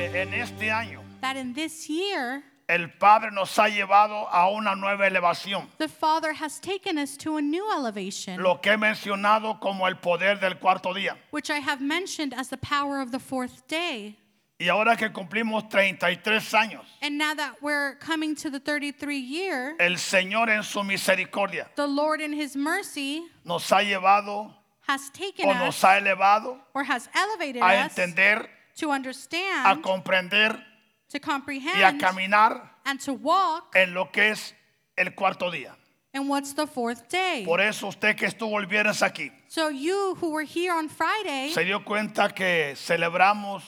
este año that in this year, el Padre nos ha llevado a una nueva elevación, the Father has taken us to a new elevation, lo que he mencionado como el poder del cuarto día. which I have mentioned as the power of the fourth day. Y ahora que cumplimos 33 años, And now that we're coming to the 33 year, el Señor en su misericordia the Lord in His mercy nos ha llevado has taken o nos us ha elevado or has elevated a us entender, to a understand, comprender to y a comprehend, caminar and to walk en lo que es el cuarto día. in what's the fourth day. Por eso usted que estuvo el viernes aquí, So you who were here on Friday, se dio cuenta que celebramos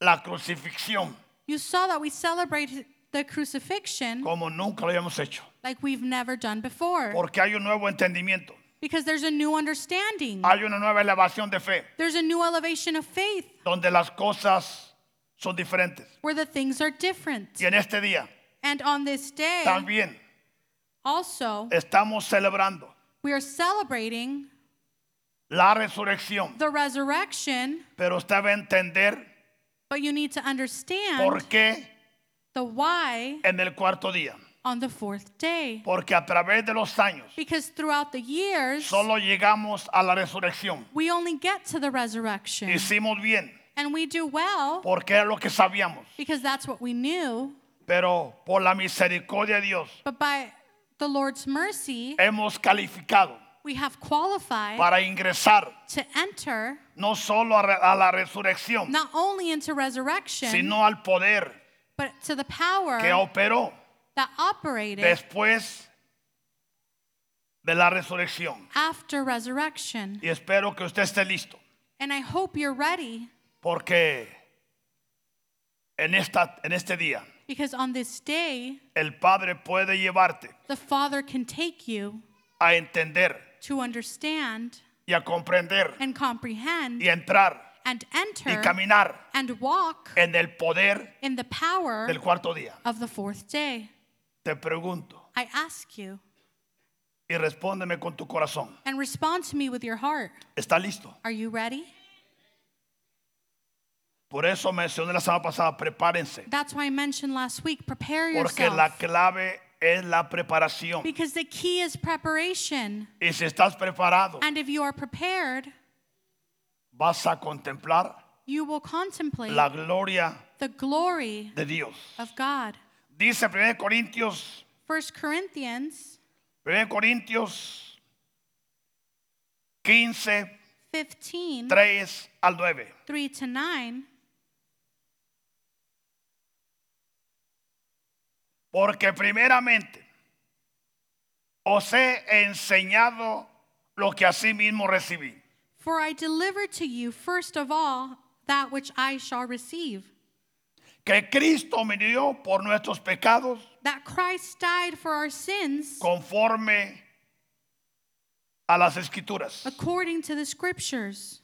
la crucifixión you saw that we celebrated the crucifixion como nunca lo habíamos hecho, like we've never done before porque hay un nuevo entendimiento, because there's a new understanding. hay una nueva elevación de fe, There's a new elevation of faith donde las cosas son diferentes. where the things are different. Y en este día And on this day, también also, estamos celebrando we are celebrating la resurrección, the resurrection, pero usted va a entender but you need to understand por qué the why en el cuarto día, on the fourth day. porque a través de los años Because throughout the years, solo llegamos a la resurrección. we only get to the resurrection. Hicimos bien, And we do well porque era lo que sabíamos, because that's what we knew. pero por la misericordia de Dios But by the Lord's mercy, hemos calificado we have qualified para ingresar to enter no solo a, re- a la resurrección, not only into resurrection, sino al poder but to the que power operó that operated después de la resurrección. after resurrection. Y espero que usted esté listo, And I hope you're ready porque en, esta, en este día because on this day, el Padre puede llevarte the Father can take you a entender to understand y a comprender and comprehend y a entrar and y enter caminar and walk en el poder in the power del cuarto día. of the fourth day. Te pregunto I ask you y respóndeme con tu corazón. and respond to me with your heart. ¿Está listo? Are you ready? Por eso mencioné la semana pasada, prepárense. That's why I mentioned last week prepare Porque la yourself. clave es la preparación. Because the key is preparation. Y si estás preparado, And if you are prepared, vas a contemplar you will contemplate la gloria the glory de Dios. of God. Dice 1 Corintios, 1 Corinthians 1 Corintios 15, 15 3 al 9. 3 to 9. Porque primeramente os he enseñado lo que asimismo recibí. For I delivered to you first of all that which I shall receive, Que Cristo murió por nuestros pecados that Christ died for our sins conforme a las escrituras. according to the scriptures,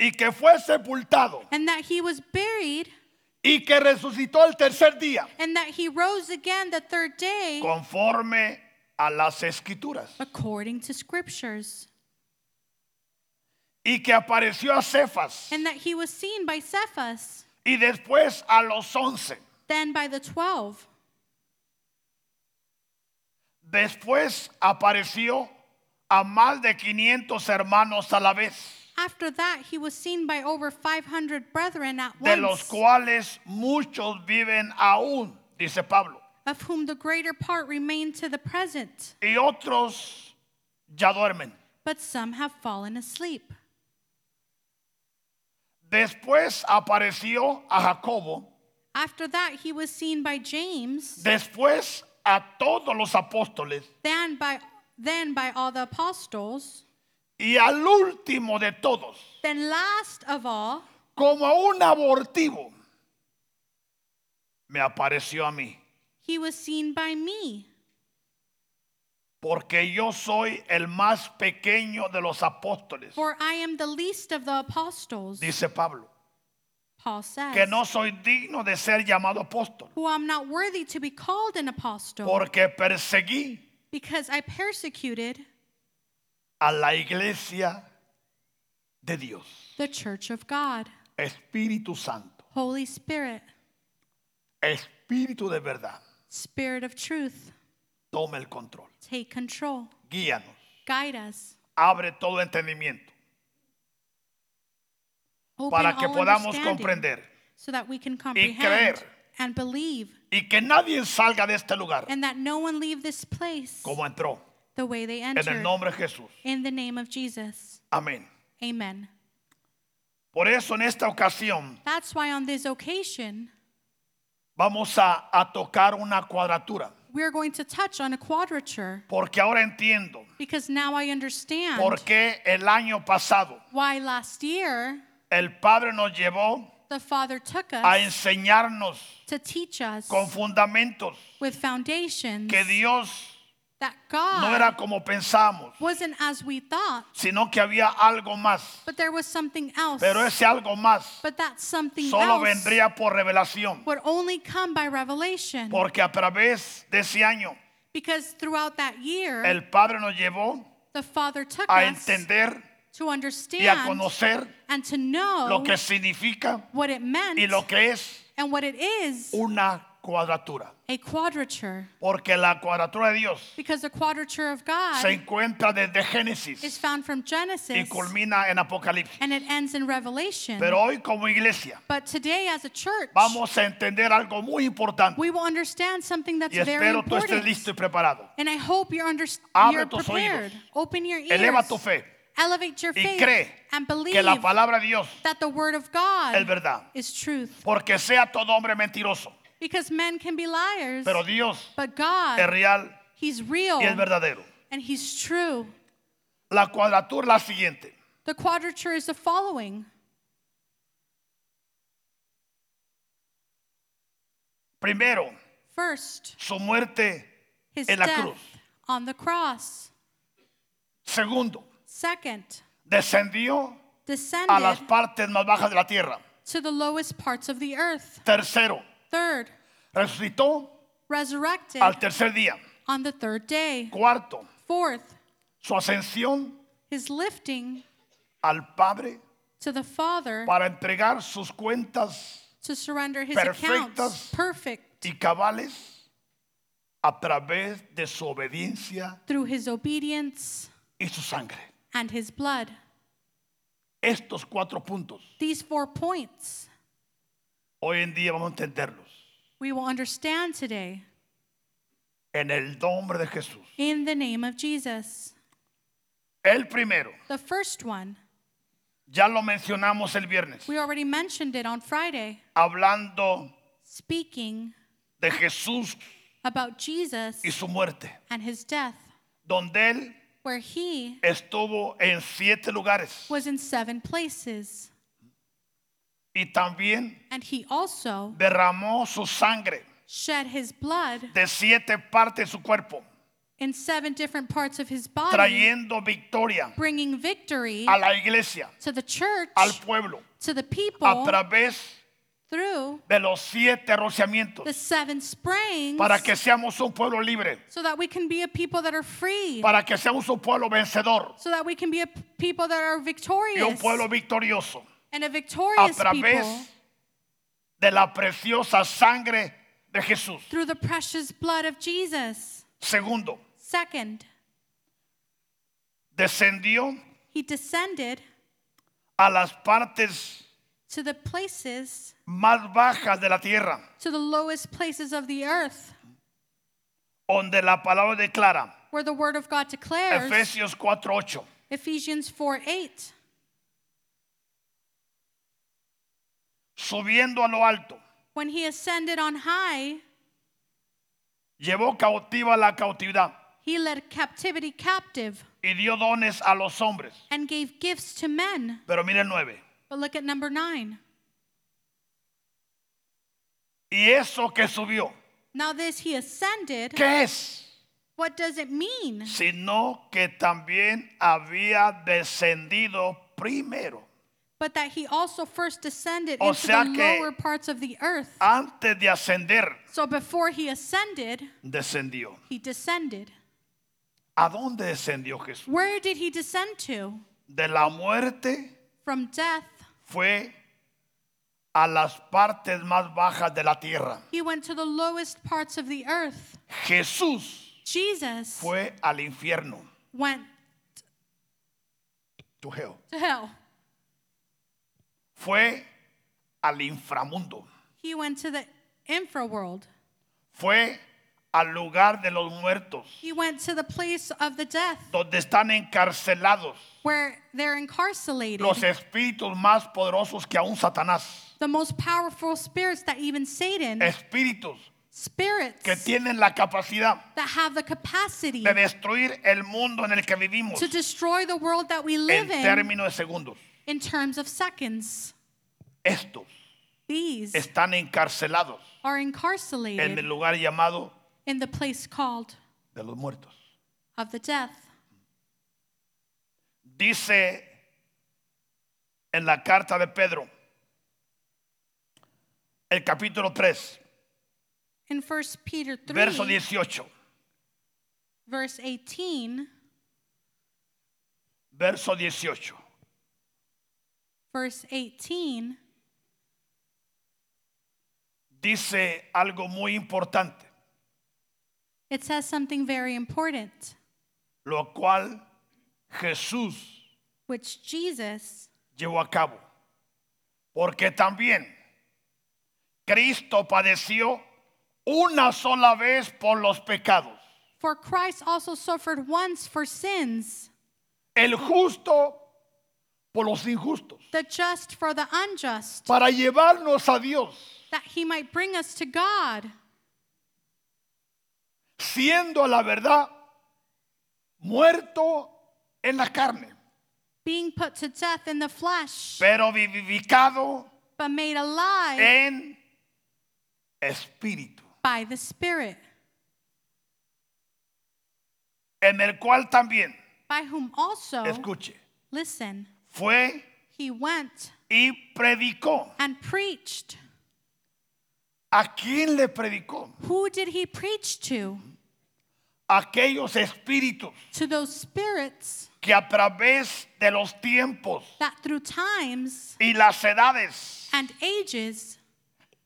y que fue sepultado and that he was buried, y que resucitó el tercer día and that he rose again the third day conforme a las escrituras according to scriptures, y que apareció a Cefas and that he was seen by Cephas, y después a los once then by the twelve, después apareció a más de 500 hermanos a la vez After that, he was seen by over 500 brethren at de los once, cuales muchos viven aún dice Pablo of whom the greater part remain to the present, y otros ya duermen but some have fallen asleep. después apareció a Jacobo After that, he was seen by James, después a todos los apóstoles then by, then by all the apostles, y al último de todos, then last of all, como un abortivo, me apareció a mí, he was seen by me, porque yo soy el más pequeño de los apóstoles, for I am the least of the apostles, dice Pablo, Paul says, que no soy digno de ser llamado apóstol, who am not worthy to be called an apostle, porque perseguí because I persecuted a la iglesia de Dios. the church of God. Espíritu Santo, Holy Spirit, Espíritu de verdad, Spirit of truth, toma el control. take control. Guíanos. Guide us. Abre todo entendimiento Open para que all podamos understanding comprender So that we can comprehend creer. and believe. y que nadie salga de este lugar And that no one leave this place como entró. the way they En el entered. nombre de Jesús. In the name of Jesus. Amén. Amen. Por eso en esta ocasión That's why on this occasion, vamos a, a tocar una cuadratura. we're going to touch on a quadrature Porque ahora entiendo because now I understand por qué el año pasado why last year el Padre nos llevó the Father took us a enseñarnos to teach us con fundamentos with foundations que Dios that God no era como pensamos, wasn't as we thought, sino que había algo más. but there was something else. Pero ese algo más but that something solo else vendría por revelación. would only come by revelation. Porque a través de ese año because throughout that year, el Padre nos llevó the Father took a us entender to y a understand conocer and Oh. to know lo que significa what it meant y lo que es and what it is una cuadratura. a quadrature. Porque la cuadratura de Dios Because the quadrature of God se encuentra desde is Génesis found from y Genesis culmina en Apocalipsis. and it ends in Revelation. Pero hoy como iglesia but today, as a church, vamos a entender algo muy importante we will understand something that's y very espero tú important. estés listo y preparado. And I hope you're, under- Abre you're tus oídos. prepared. Open your ears. Eleva tu fe Elevate your y faith cree and believe que la palabra de Dios that the word of God es verdad. is truth. Porque sea todo hombre mentiroso, Because men can be liars, pero Dios but God, es real He's real y es verdadero. and He's true. La cuadratura es la siguiente. The quadrature is the following. Primero, First, su muerte. His En la death cruz. on the cross. Segundo, Second, descendió a descended las partes más bajas de la tierra. to the lowest parts of the earth. Tercero, Third, resucitó resurrected al tercer día. on the third day. Cuarto, Fourth, su ascensión His lifting al Padre to the Father para entregar sus cuentas to surrender His Perfectas. accounts perfect y cabales a través de su obediencia through His obedience y su sangre. and His blood. Estos cuatro puntos These four points hoy en día vamos a entenderlos we will understand today en el nombre de Jesús. in the name of Jesus. El primero, The first one, ya lo mencionamos el viernes, we already mentioned it on Friday, hablando speaking de Jesús about Jesus y su muerte, and His death, donde él where He estuvo en siete lugares was in seven places. y también And He also derramó su sangre shed His blood de siete partes de su cuerpo, in seven different parts of His body, trayendo victoria bringing victory a la iglesia, to the church, al pueblo, to the a people, través through de los siete the Pues rociamientos, seven springs para que seamos un pueblo libre, so that we can be a people that are free, para que seamos un pueblo vencedor so that we can be a p- people that are y un victorious pueblo victorioso, and a a victorious people través de la preciosa sangre de Jesús. through the precious blood of Jesus. Segundo, Second, descendió he descended a las partes to the places, más bajas de la tierra, to the lowest places of the earth, donde la palabra declara, where the word of God declares Efesios 4:8, Ephesians 4 8, subiendo a lo alto, when he ascended on high, llevó cautiva la cautividad he led captivity captive y dio dones a los hombres. and gave gifts to men. Pero mire el 9. But look at number nine. Y eso que subió, Now, this he ascended, ¿qué es? what does it mean? Sino que también había descendido primero, But that he also first descended O into sea the que- Ah. lower parts of the earth. antes de ascender, So before he ascended, descendió. he descended. ¿A dónde descendió Jesús? Where did he descend to? De la muerte From death fue a las partes más bajas de la tierra. He went to the lowest parts of the earth. Jesús Jesus fue al infierno, went to hell. to hell. Fue al inframundo. He went to the infra world. Fue al lugar de los muertos, He went to the place of the death donde están encarcelados where they're incarcerated. los e- espíritus más poderosos que aún Satanás. the most powerful spirits that even Satan, Espíritus spirits que tienen la capacidad that have the capacity de destruir el mundo en el que vivimos to destroy the world that we en live in términos de segundos. in terms of seconds. Estos These están encarcelados are en incarcerated el lugar llamado in the place called de los muertos. of the death. Dice en la carta de Pedro, el capítulo 3, In 1 Peter 3, verso 18. verse 18, Verso 18. verse 18, Dice algo muy importante, it says something very important, lo cual Jesús which Jesus llevó a cabo. Porque también Cristo padeció una sola vez por los pecados, For Christ also suffered once for sins, el justo por los injustos, the just for the unjust, para llevarnos a Dios. that he might bring us to God, siendo a la verdad muerto en la carne, being put to death in the flesh, pero vivificado but made alive en espíritu, by the Spirit, en el cual también, by whom also, escuche, listen, fue he went y predicó. and preached. ¿A quién le predicó? Who did he preach to? Aquellos espíritus To those spirits que a través de los tiempos that through times y las edades and ages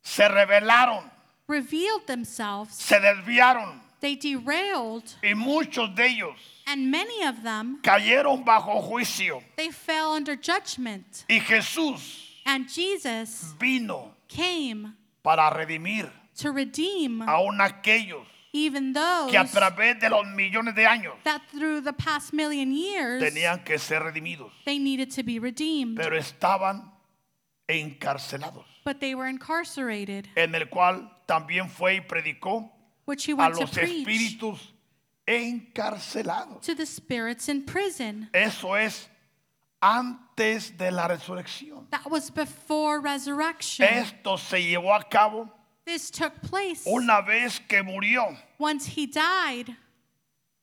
se rebelaron, revealed themselves, se desviaron they derailed, y muchos de ellos and many of them cayeron bajo juicio. They fell under judgment, Y Jesús and Jesus vino came para redimir to redeem aún aquellos even those que a través de los millones de años that through the past million years tenían que ser redimidos, they needed to be redeemed, pero estaban encarcelados, but they were incarcerated, en el cual también fue y predicó which he a went to los preach espíritus encarcelados. to the spirits in prison. Eso es antes de la resurrección. That was before resurrection. Esto se llevó a cabo This took place una vez que murió once he died.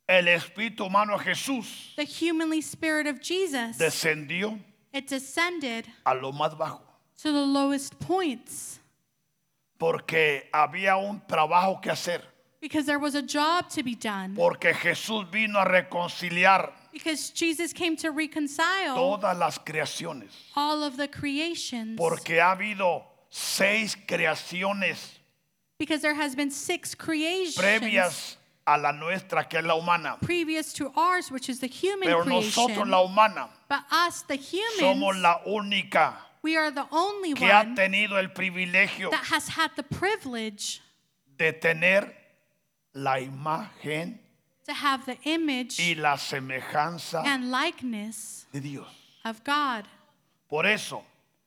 el espíritu humano Jesús, The humanly spirit of Jesus descendió it descended a lo más bajo. to the lowest points porque había un trabajo que hacer, because there was a job to be done. porque Jesús vino a reconciliar Because Jesus came to reconcile todas las creaciones, all of the creations. porque ha habido seis creaciones because there has been six creations previas a la nuestra, que es la humana, previous to ours, which is the human pero nosotros creation. la humana but us, the humans, somos la única we are the only que ha one that tenido el privilegio has had the privilege de tener la imagen to have the image y la semejanza and likeness de Dios. of God. Por eso,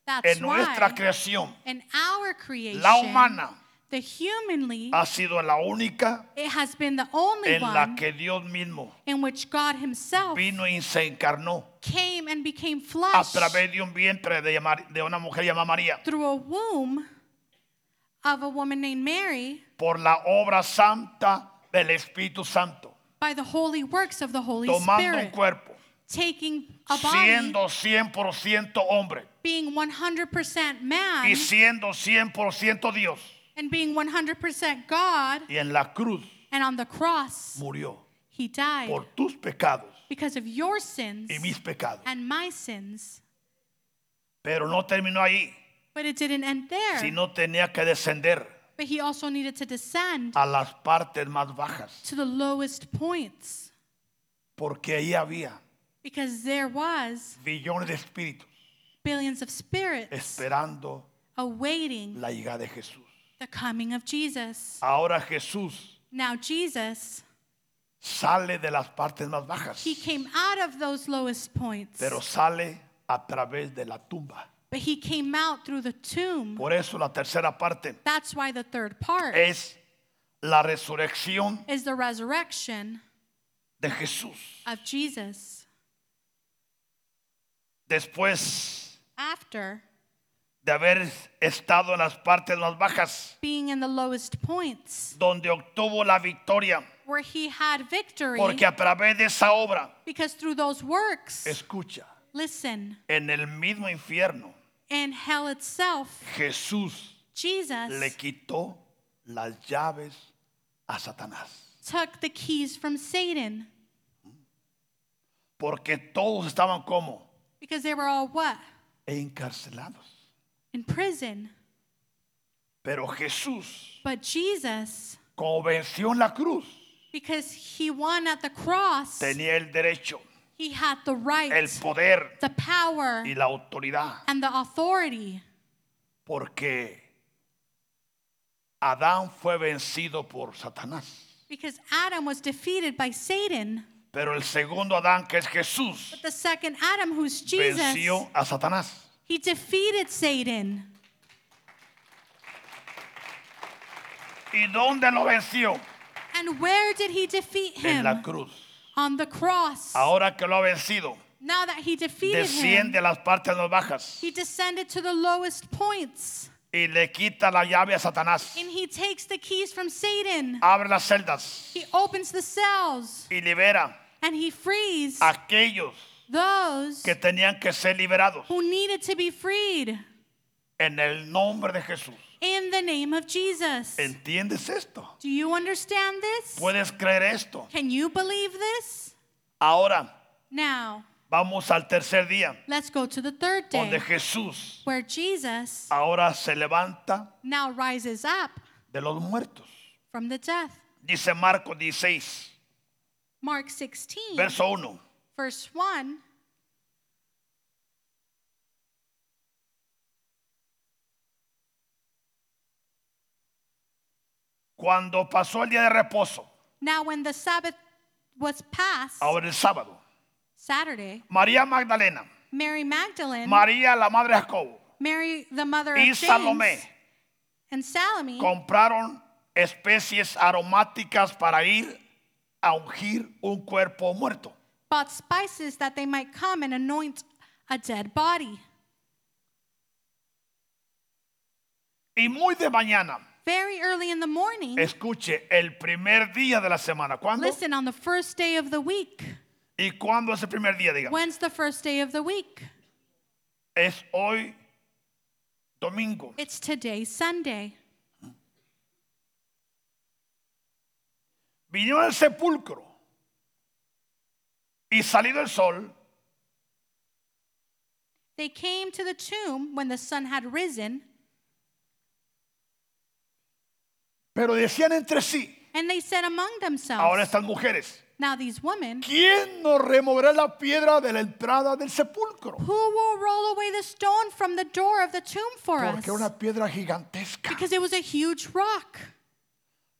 That's en why nuestra creación, in our creation, la humana the humanly, ha sido la única it has been the only en la one que Dios mismo in which God Himself vino y se encarnó came and became a flesh. través de un vientre de, llamar- de una mujer llamada María through a womb of a woman named Mary por la obra santa del Espíritu Santo, by the holy works of the Holy tomando un Spirit, cuerpo, taking a body, siendo 100% hombre being 100% man y siendo 100% Dios. and being 100% God, Y en la cruz and on the cross, murió he died por tus pecados because of your sins y mis pecados. and my sins. Pero no terminó ahí. But it didn't end there. sino tenía que descender But he also needed to descend a las partes más bajas, to the lowest points porque ahí había because there was billones de espíritus billions of spirits esperando awaiting la llegada de Jesús. the coming of Jesus. Ahora Jesús Now Jesus, sale de las partes más bajas, he came out of those lowest points, pero sale a través de la tumba. but he came out through the tomb. Por Eh. eso la tercera parte That's why the third part es la resurrección is the resurrection de Jesús. of Jesus. Después After de haber estado en las partes más bajas, being in the lowest points donde obtuvo la victoria, where he had victory porque a través de esa obra, because through those works, escucha, listen, en el mismo infierno, in hell itself, Jesús Jesus le quitó las llaves a Satanás, took the keys from Satan porque todos estaban como because they were all what? encarcelados. In prison. Pero Jesús, But Jesus, como venció en la cruz, because he won at the cross, tenía el derecho, he had the el right, poder the power, y la autoridad, and the authority porque Adán fue vencido por Satanás. because Adam was defeated by Satan. Pero el segundo Adán, que es Jesús, But the second Adam, who's Jesus, venció a Satanás. he defeated Satan. ¿Y dónde lo venció? And where did he defeat En him? la cruz. On the cross. Ahora que lo ha vencido, Now that he defeated him, desciende a las partes más bajas he descended to the lowest points y le quita la llave a Satanás. and he takes the keys from Satan. Abre las celdas He opens the cells y libera and he frees a aquellos those que tenían que ser liberados who needed to be freed en el nombre de Jesús. in the name of Jesus. ¿Entiendes esto? Do you understand this? ¿Puedes creer esto? Can you believe this? Ahora Now, vamos al tercer día, let's go to the third donde day Jesús where Jesus ahora se levanta now rises up de los muertos. from the death. Dice Marcos 16, Mark 16, verso 1. verse 1. Cuando pasó el día de reposo, Now, when the Sabbath was past, ahora el sábado, Saturday, María Magdalena, Mary Magdalene, María la madre de Jacobo Mary the mother of y Salomé James, and Salome compraron especies aromáticas para ir a ungir un cuerpo muerto. bought spices that they might come and anoint a dead body. Y muy de mañana, Very early in the morning, escuche, el primer día de la semana. ¿Cuándo? listen, on the first day of the week. ¿Y cuándo es el primer día? Diga. When's the first day of the week? Es hoy domingo. It's today, Sunday. Vinieron al sepulcro y salido el sol, They came to the tomb when the sun had risen, pero decían entre sí, and they said among themselves, ahora estas mujeres, Now these women, ¿quién nos removerá la piedra de la entrada del sepulcro? who will roll away the stone from the door of the tomb for us? Porque era una piedra gigantesca. Because it was a huge rock.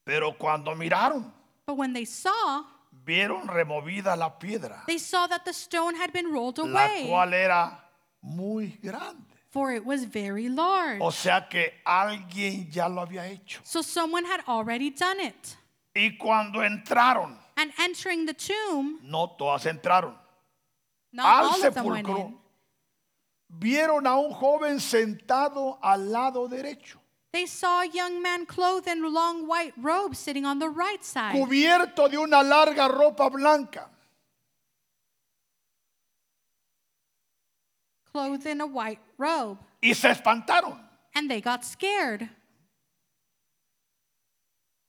Pero cuando miraron, But when they saw, vieron removida la piedra, they saw that the stone had been rolled la away, cual era muy grande. for it was very large. O sea que alguien ya lo había hecho. So someone had already done it. Y cuando entraron, And entering the tomb, no todas entraron, not al all of them went in. sepulcro, vieron a un joven sentado al lado derecho, They saw a young man clothed in long white robes sitting on the right side, cubierto de una larga ropa blanca. clothed in a white robe. Y se espantaron. And they got scared.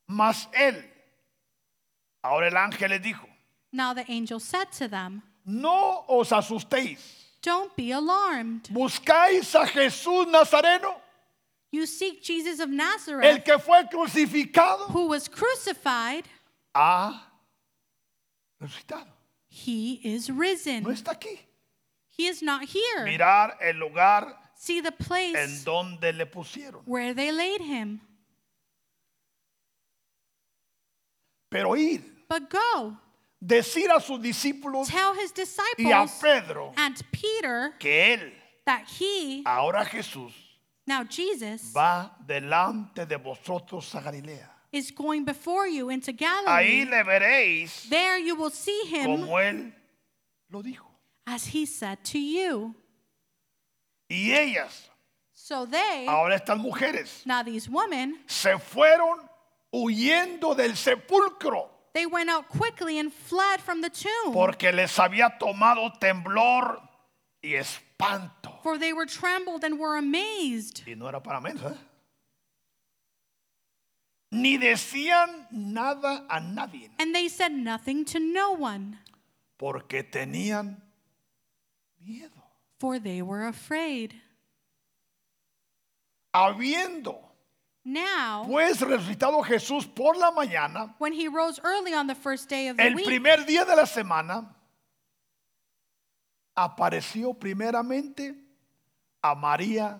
Mas él, ahora el ángel les dijo, Now the angel said to them, no os asustéis. Don't be alarmed. ¿Buscáis a Jesús Nazareno? You seek Jesus of El Nazareth, que fue crucificado. who was crucified. Ha resucitado. He is No risen. está aquí. He is not here. Mirar el lugar See the en place donde le pusieron. where they laid him. Pero ir, But go, decir a sus discípulos tell his y a disciples Pedro and Peter que él, that he, ahora Jesús, now Jesus, va delante de vosotros a Galilea. is going before you into Ahí Galilee. le veréis There you will see him como él lo dijo. as he said to you. Y ellas, So they, ahora estas mujeres, now these women, se fueron huyendo del sepulcro they went out quickly and fled from the tomb, porque les había tomado temblor y espanto. for they were trembled and were amazed. Y no era para menos. ¿eh? Ni decían nada a nadie And they said nothing to no one, porque tenían miedo. for they were afraid. Habiendo Now, pues resucitado Jesús por la mañana, when he rose early on the first day of the el week, primer día de la semana, apareció primeramente a María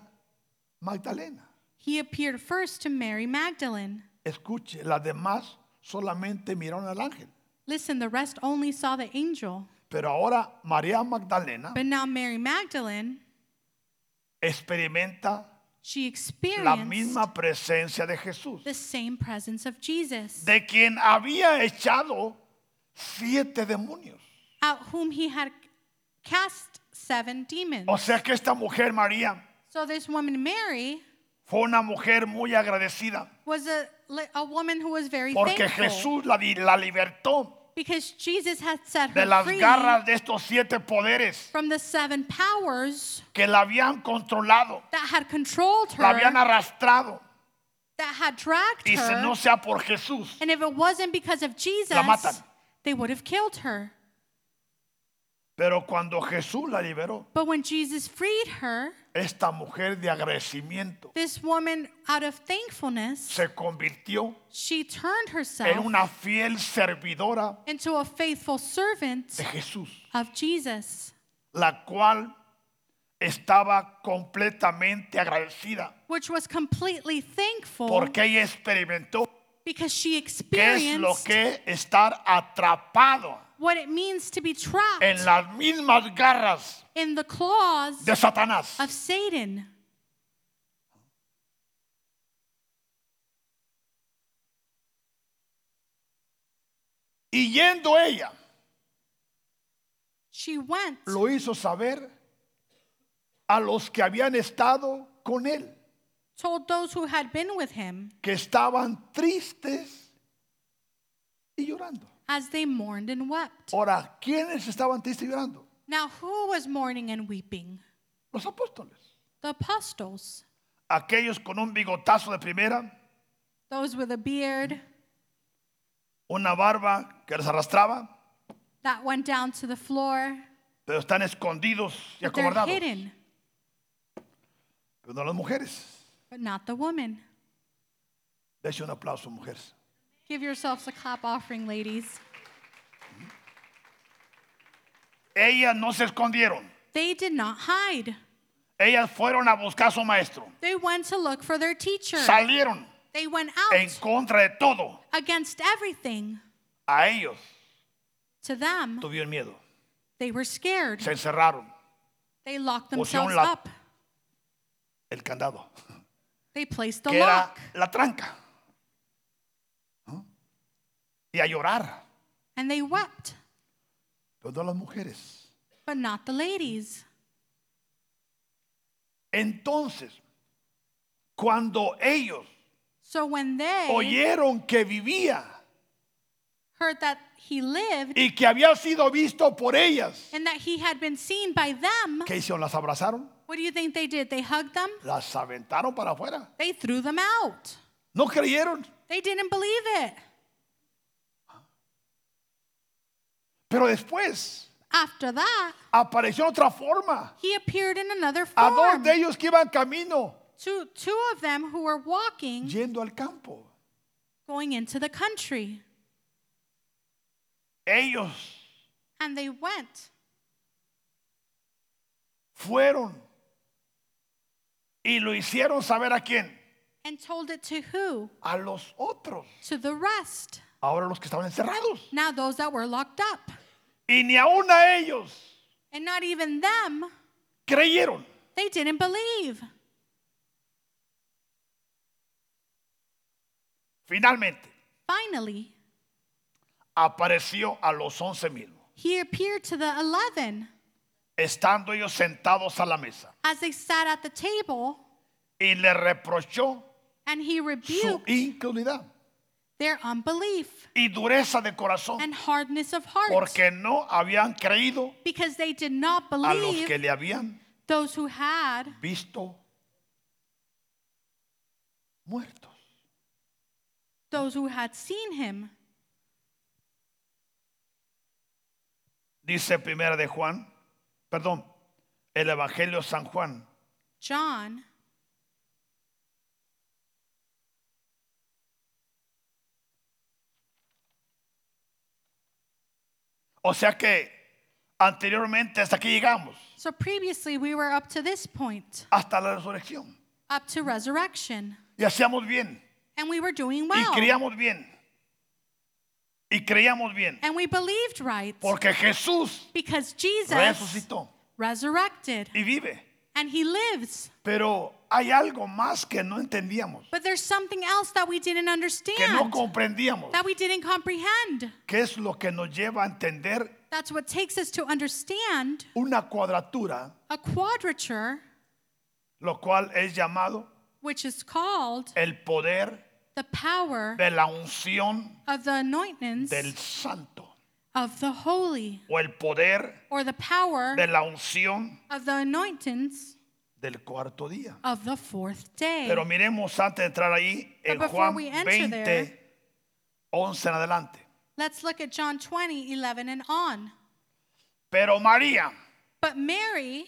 Magdalena. he appeared first to Mary Magdalene. Escuche, las demás solamente miraron al ángel. Listen, the rest only saw the angel. Pero ahora María Magdalena But now Mary Magdalene, experimenta she la experienced misma presencia de Jesús, the same presence of Jesus, de quien había echado siete demonios. out whom he had cast seven demons. O sea que esta mujer María So this woman Mary fue una mujer muy agradecida was a, li- a woman who was very porque thankful Jesús la, di- la libertó because Jesus had set de her las free garras de estos siete poderes from the seven powers que la habían controlado, that had controlled her, la habían arrastrado. that had dragged Y si her. no sea por Jesús, and if it wasn't because of Jesus, matan. they would have killed her. pero cuando Jesús la liberó, But when Jesus freed her, esta mujer de agradecimiento this woman, out of thankfulness, se convirtió she turned en herself una fiel servidora into a faithful servant de Jesús, of Jesus, la cual estaba completamente agradecida which was completely thankful porque ella experimentó because she qué es lo experienced que estar atrapado what it means to be trapped en las mismas garras in the claws de Satanás. of Satan. Y yendo ella, She went lo hizo saber a los que habían estado con él, told those who had been with him que estaban tristes y llorando. as they mourned and wept. Ahora, ¿quiénes estaban tristes y llorando? Now, who was mourning and weeping? Los apóstoles. The apostles, Aquellos con un bigotazo de primera, those with a beard una barba que les arrastraba, that went down to the floor. pero están escondidos y But they're acobardados. hidden, Pero no las mujeres. but not the woman. Dese un aplauso, mujeres. Give yourselves a clap offering, ladies. Ellas no se escondieron. They did not hide. Ellas fueron a buscar a su maestro. They went to look for their teacher. Salieron They went en out contra de todo. against everything. A ellos To them, tuvieron miedo. they were scared. Se encerraron They locked Pusieron themselves la- up. el candado, They placed the que era lock la tranca. ¿Ah? Y a llorar. and they wept, Pero no las mujeres. but not the ladies. Entonces, cuando ellos So when they oyeron que vivía heard that he lived y que había sido visto por ellas, and that he had been seen by them, ¿qué hicieron? ¿Las abrazaron? what do you think they did? They hugged them, Las aventaron para afuera. they threw them out. No creyeron, They didn't believe it. pero después After that, apareció otra forma. he appeared in another A dos form de ellos que iban camino, to two of them who were walking, yendo al campo. going into the country. Ellos And they went fueron y lo hicieron saber a quién, and told it to who? a los otros. To the rest. Ahora los que estaban encerrados. Now those that were locked up. Y ni aún a ellos And not even them, creyeron. they didn't believe. Finalmente, Finally, apareció a los once mil, he appeared to the eleven estando ellos sentados a la mesa, as they sat at the table, y le reprochó and he su rebuked incredulidad their unbelief y dureza de corazón, and hardness of heart porque no habían creído because they did not a los que believe le habían those who had visto muertos. those who had seen him. Dice primera de Juan, perdón, el Evangelio de San Juan, John O sea que anteriormente hasta aquí llegamos, So previously we were up to this point, hasta la resurrección. up Mm-hmm. to resurrection, Y hacíamos bien, and we were doing y well. creíamos bien, y creíamos bien, And we believed right porque Jesús because Jesus resucitó resurrected y vive. and he lives. Pero hay algo más que no entendíamos, But there's something else that we que didn't no understand, comprendíamos, that we didn't comprehend. que es lo que nos lleva a entender That's what takes us to understand una cuadratura, a quadrature, lo cual es llamado which is called el poder the power de la unción of the anointings del santo of the holy, o el poder or the power de la unción of the anointings del cuarto día. of the fourth day. Pero miremos antes de entrar ahí en But before Juan we enter 20, 11 en adelante. Let's look at John 20, 11 and on. Pero María, But Mary,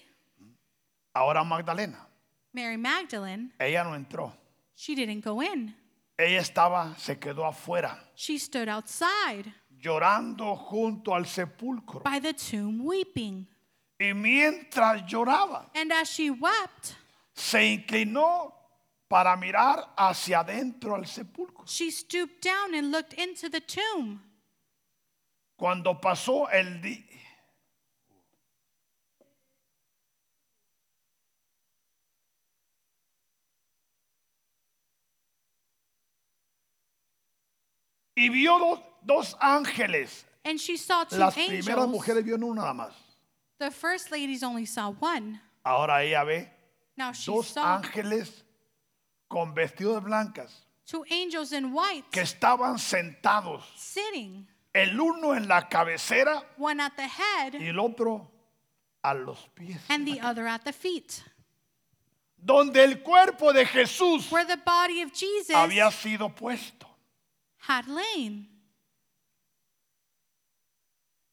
ahora Magdalena, Mary Magdalene, ella no entró. she didn't go in. Ella estaba, se quedó afuera, She stood outside llorando junto al sepulcro. by the tomb weeping. Y mientras lloraba, And as she wept, se inclinó para mirar hacia adentro al sepulcro. she stooped down and looked into the tomb. Cuando pasó el día. Y vio dos, dos ángeles. And she saw two Las primeras angels. mujeres vio uno nada más. The first ladies only saw one. Ahora ella ve Now she dos saw ángeles con vestidos blancas two angels in white que estaban sentados, sitting, el uno en la cabecera one at the y head el otro a los pies. and the other at the feet, Donde el cuerpo de Jesús where the body of Jesus había sido puesto. had lain.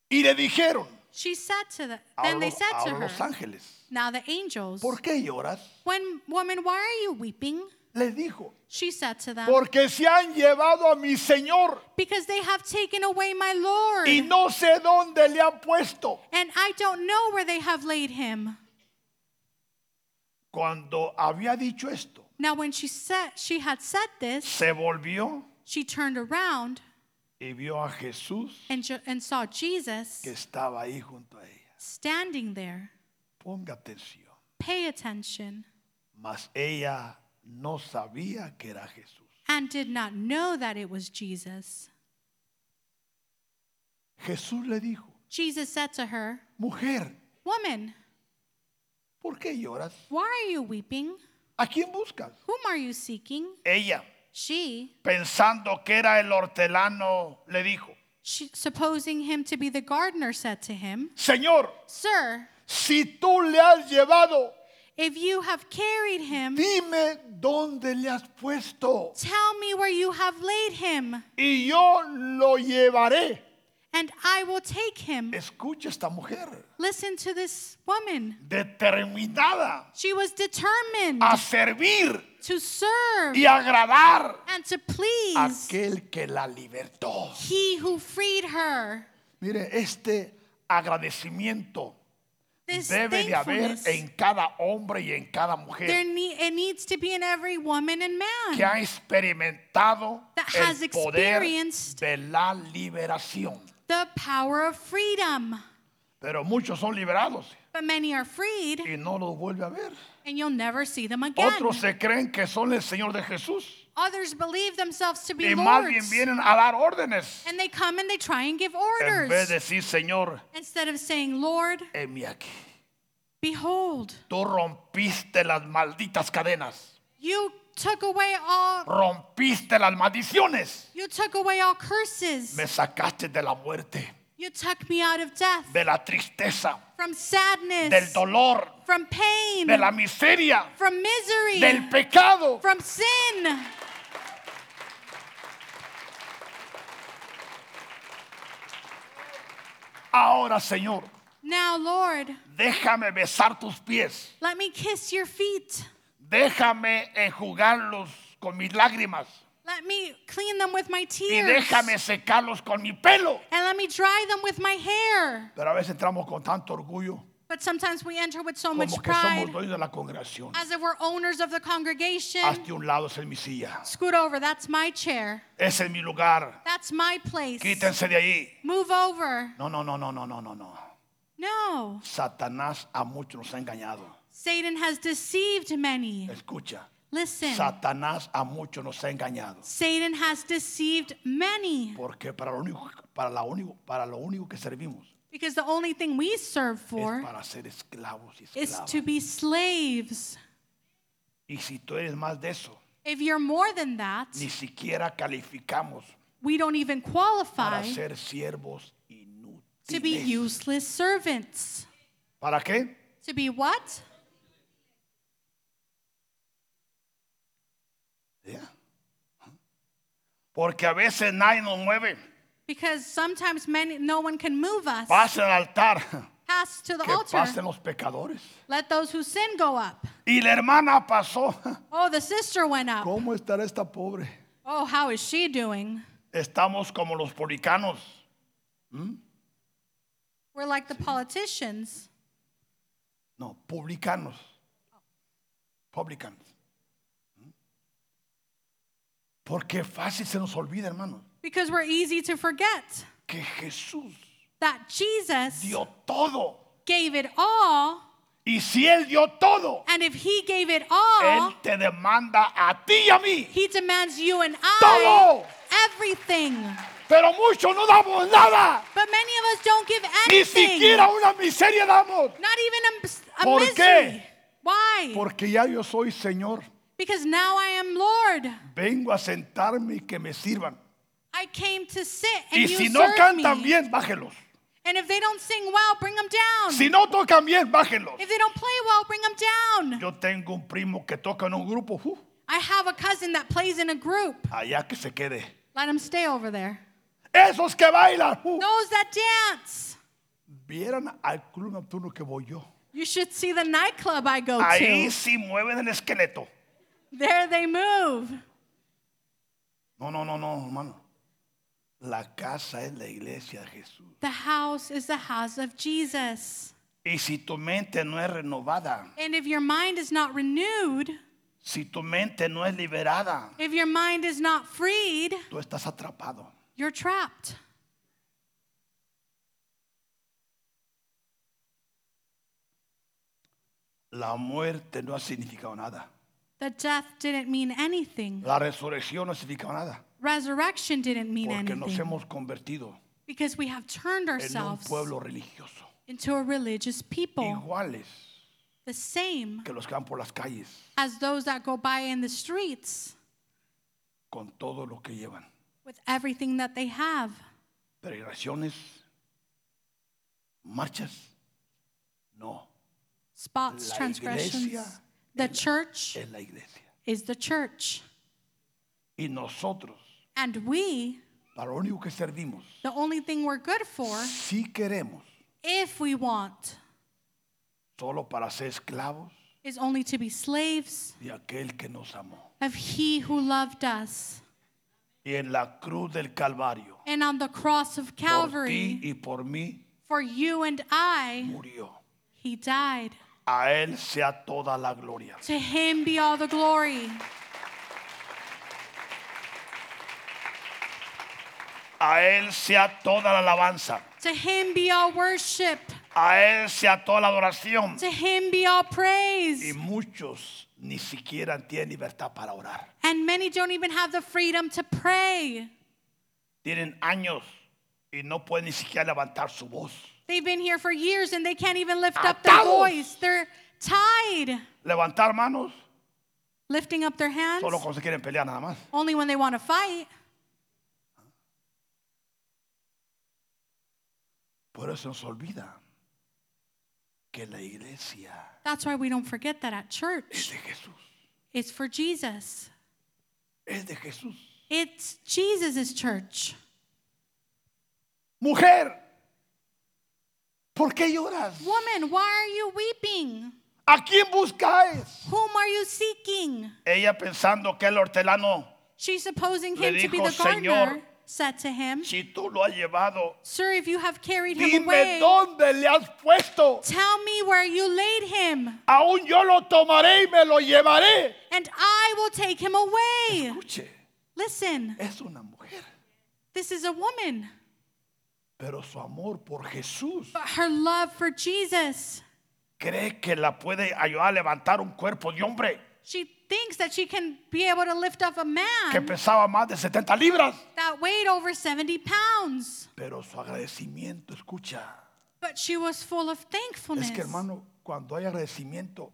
Y le dijeron, She said to them, ahora, then they los, said to ahora her, los ángeles, Now the angels, ¿por qué lloras? when woman, why are you weeping? Les dijo, She said to them, porque se han llevado a mi Señor Because they have taken away my Lord, y no sé dónde le han puesto. and I don't know where they have laid him. Cuando había dicho esto, Now when she said she had said this, se volvió she turned around y vio a Jesús and, ju- and saw Jesus que estaba ahí junto a ella. standing there. Ponga atención. Pay attention. Mas ella no sabía que era Jesús. And did not know that it was Jesus. Jesús le dijo, Jesus said to her, mujer, Woman, ¿por qué lloras? why are you weeping? ¿A quién buscas? Whom are you seeking? Ella, She, pensando que era el hortelano, le dijo, she, supposing him to be the gardener, said to him, Señor, Sir, si tú le has llevado, if you have carried him, dime dónde le has puesto tell me where you have laid him, y yo lo llevaré. and I will take him. Escucha esta mujer, Listen to this woman. determinada She was determined a servir to serve y agradar and to a please aquel que la libertó. he who freed her. Mire, este agradecimiento This debe de haber thankfulness, en cada hombre y en cada there mujer ne- it needs to be in every woman and man. que ha experimentado That has el poder experienced- de la liberación. The power of freedom. Pero muchos son liberados But many are freed y no los vuelve a ver. and you'll never see them again. Otros se creen que son el Señor de Jesús Others believe themselves to be y más bien lords. vienen a dar órdenes And they come and they try and give en vez orders de decir, Señor, instead of saying, Lord, heme aquí. behold, Tú rompiste las malditas cadenas, you took away all rompiste las maldiciones, you took away all curses. me sacaste de la muerte, You took me out of death, de la tristeza, from del sadness, dolor, from pain, de la miseria, from misery, del pecado. from sin. Ahora, Señor, Now, Lord, déjame besar tus pies, let me kiss your feet. déjame enjugarlos con mis lágrimas Let me clean them with my y tears. déjame secarlos con mi pelo. And let me dry them with my hair. Pero a veces entramos con tanto orgullo But sometimes we enter with so much como que somos pride, dueños de la congregación. as if we're owners of the congregation. Hazte un lado, esa es mi silla, Scoot over, that's my chair. ese es mi lugar, That's my place. quítense de ahí. Move over. No, no, no, no, no, no, no, no. No. Satanás a muchos nos ha engañado. Satan has deceived many. Escucha, Listen. Satanás a muchos nos ha engañado. Satan has deceived many Porque para lo único, para la único, para lo único que servimos because the only thing we serve es for para ser esclavos y is esclavas. to be slaves. Y si tú eres más de eso, If you're more than that, ni siquiera calificamos we don't even para qualify ser siervos to be inútiles. useless servants. ¿Para qué? To be what? Ya. Porque a veces nadie nos mueve. Because sometimes many, no one can move us. Pasa al altar. Pass to the Que altar. pasen los pecadores. Let those who sin go up. Y la hermana pasó. Oh, the sister went up. ¿Cómo estará esta pobre? Oh, how is she doing? Estamos como los policanos. We're like the politicians. No, publicanos. Publicanos. ¿Mm? Porque fácil se nos olvida, hermanos, Because we're easy to forget que Jesús that Jesus dio todo. gave it all. Y si Él dio todo, And if he gave it all, Él te demanda a ti y a mí. he demands you and I Todo. everything. Pero muchos no damos nada. But many of us don't give Ni anything. siquiera una miseria damos. Not even a, a ¿Por misery. qué? Why? Porque ya yo soy Señor. Because now I am Lord. Vengo a sentarme y que me sirvan. I came to sit and Y you si no serve cantan me. bien, bájenlos. And if they don't sing well, bring them down. Si no tocan bien, bájenlos. if they don't play well, bring them down. Yo tengo un primo que toca en un grupo. ¡uh! I have a cousin that plays in a group. allá que se quede. Let him stay over there. Esos que bailan. ¡uh! Those that dance. Vieran al club nocturno que voy yo. You should see the nightclub I go Ahí to. sí mueven el esqueleto. There they move. No, no, no, no, hermano. La casa es la iglesia de Jesús. The house is the house of Jesus. Y si tu mente no es renovada, And if your mind is not renewed, si tu mente no es liberada, if your mind is not freed, tú estás atrapado. you're trapped. La muerte no ha significado nada. The death didn't mean anything. La resurrección no ha significado nada. Resurrection didn't mean Porque nos anything. hemos convertido Because we have turned en un ourselves Oh. pueblo religioso. into a religious people, Iguales the same que los que van por las calles as those that go by in the streets con todo lo que llevan. with everything that they have Peregrinaciones, marchas. No, spots, La transgressions. iglesia The church es la iglesia. is the church. Y nosotros And we para lo único que servimos, The only thing we're good for, si queremos, if we want, solo para ser esclavos is only to be slaves de aquel que nos amó. of He who loved us. Y en la cruz del Calvario, And on the cross of por ti Calvary, y por mí, for you and I, murió. He died. A Él sea toda la gloria. To Him be all the glory. A Él sea toda la alabanza. To Him be all worship. A Él sea toda la adoración. To Him be all Y praise. muchos ni siquiera tienen libertad para orar. And many don't even have the freedom to pray. Tienen años y no pueden ni siquiera levantar su voz. They've been here for years and they can't even lift up their Atados. voice. They're tied. Levantar manos, Lifting up their hands solo cuando se quieren pelear nada más. only when they want to fight. Por eso nos olvida que la iglesia That's why we don't forget that at es church. de Jesús. It's for Jesus. Es de Jesús. It's Jesus' church. Mujer, ¿por qué lloras? Woman, why are you weeping? ¿A quién buscáis? Whom are you seeking? Ella pensando que el hortelano, She, supposing him Le to be dijo, the gardener, "Señor, said to him, si tú lo has llevado, Sir, if you have carried him dime away, dónde le has puesto. tell me where you laid him, Aún yo lo tomaré y me lo llevaré. and I will take him away. Escuche, Listen, es una mujer, this is a woman. pero su amor por Jesús But her love for Jesus, cree que la puede ayudar a levantar un cuerpo de hombre she thinks that she can be able to lift up a man. que pesaba más de 70 libras. that weighed over 70 pounds. Pero su agradecimiento, escucha, But she was full of es thankfulness. que hermano, cuando hay agradecimiento,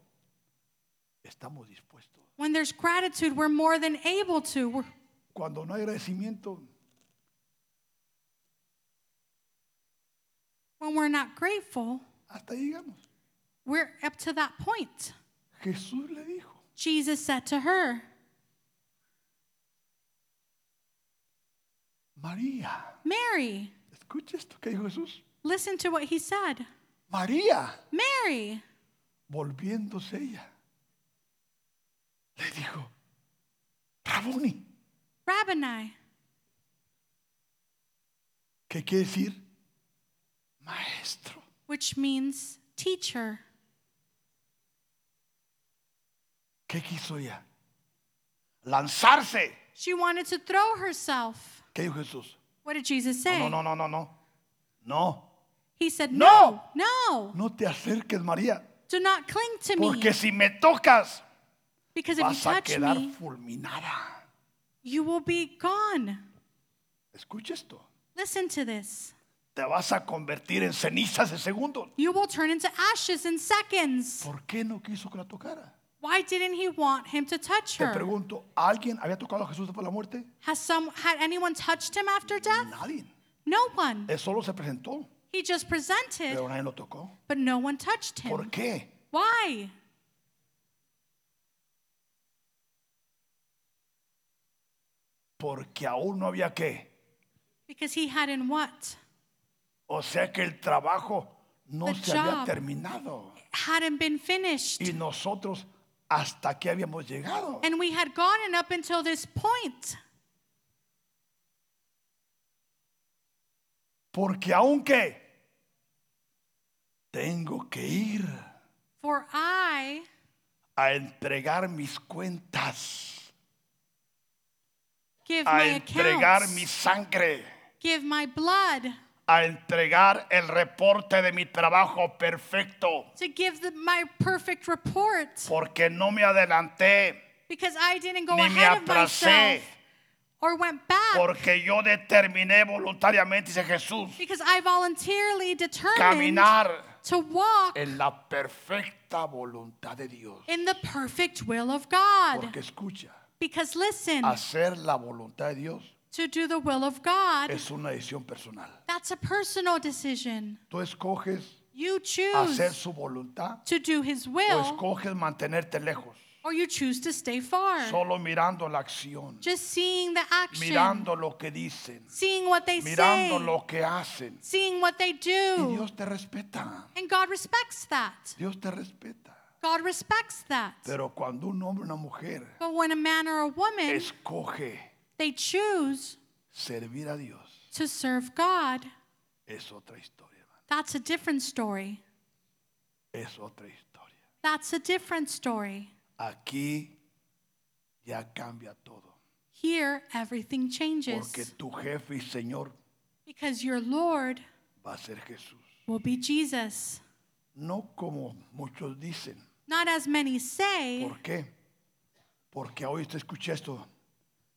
estamos dispuestos. when there's gratitude, we're more than able to. We're- Cuando no hay agradecimiento, when we're not grateful, hasta ahí llegamos. we're up to that point. Jesús le dijo, Jesus said to her, María, Mary, escucha esto que dijo Jesús. listen to what he said. María, Mary, volviéndose ella, le dijo, Rabuni, Rabboni, ¿qué quiere decir? Maestro. which means teacher. ¿Qué quiso ella? Lanzarse. She wanted to throw herself. ¿Qué dijo Jesús? What did Jesus say? No, no, no, no, no. No, He said, No. No, no, no te acerques, María, do not cling to me. porque si me tocas, Because if you vas a touch quedar me, fulminada. you will be gone. Escucha esto. Listen to this. Te vas a convertir en cenizas de segundos. You will turn into ashes in seconds. ¿Por qué no quiso que la tocara? Why didn't he want him to touch Te her? pregunto, ¿alguien había tocado a Jesús después de la muerte? Has some had anyone touched him after death? Nadie. No one. Él solo se presentó, He just presented, pero nadie lo tocó. but no one touched ¿Por him. qué? Why? Porque aún no había qué. Because he hadn't what? O sea que el trabajo no The se había job. terminado. Hadn't been finished. Y nosotros hasta aquí habíamos llegado. And we had gotten up until this point. Porque aunque tengo que ir For I a entregar mis cuentas, give a my entregar mi accounts, sangre, give my blood, a entregar el reporte de mi trabajo perfecto, to give the, my perfect report. porque no me adelanté, Because I didn't go ni me ahead of atrasé, myself. or went back porque yo determiné voluntariamente, dice Jesús, because I voluntarily determined caminar to walk en la perfecta voluntad de Dios. in the perfect will of God. Porque escucha, Because listen, hacer la voluntad de Dios to do the will of God, es una decisión personal. that's a personal decision. Tú escoges You hacer choose su voluntad to do His o will escoges mantenerte lejos. or you choose to stay far, solo mirando la acción, just seeing the action, mirando lo que dicen, seeing what they mirando say, lo que hacen. seeing what they Y do. Dios te respeta, And God respects that. Dios te respeta. God respects that. Pero cuando un hombre o una mujer But when a man or a woman, escoge they choose servir a Dios, to serve God, es otra historia, hermano, that's a different story. es otra historia. That's a different story. Aquí ya cambia todo, Here, everything changes porque tu jefe y Señor because your Lord va a ser Jesús. will be Jesus. No como muchos dicen. Not as many say, ¿Por qué? Porque hoy te escuché esto,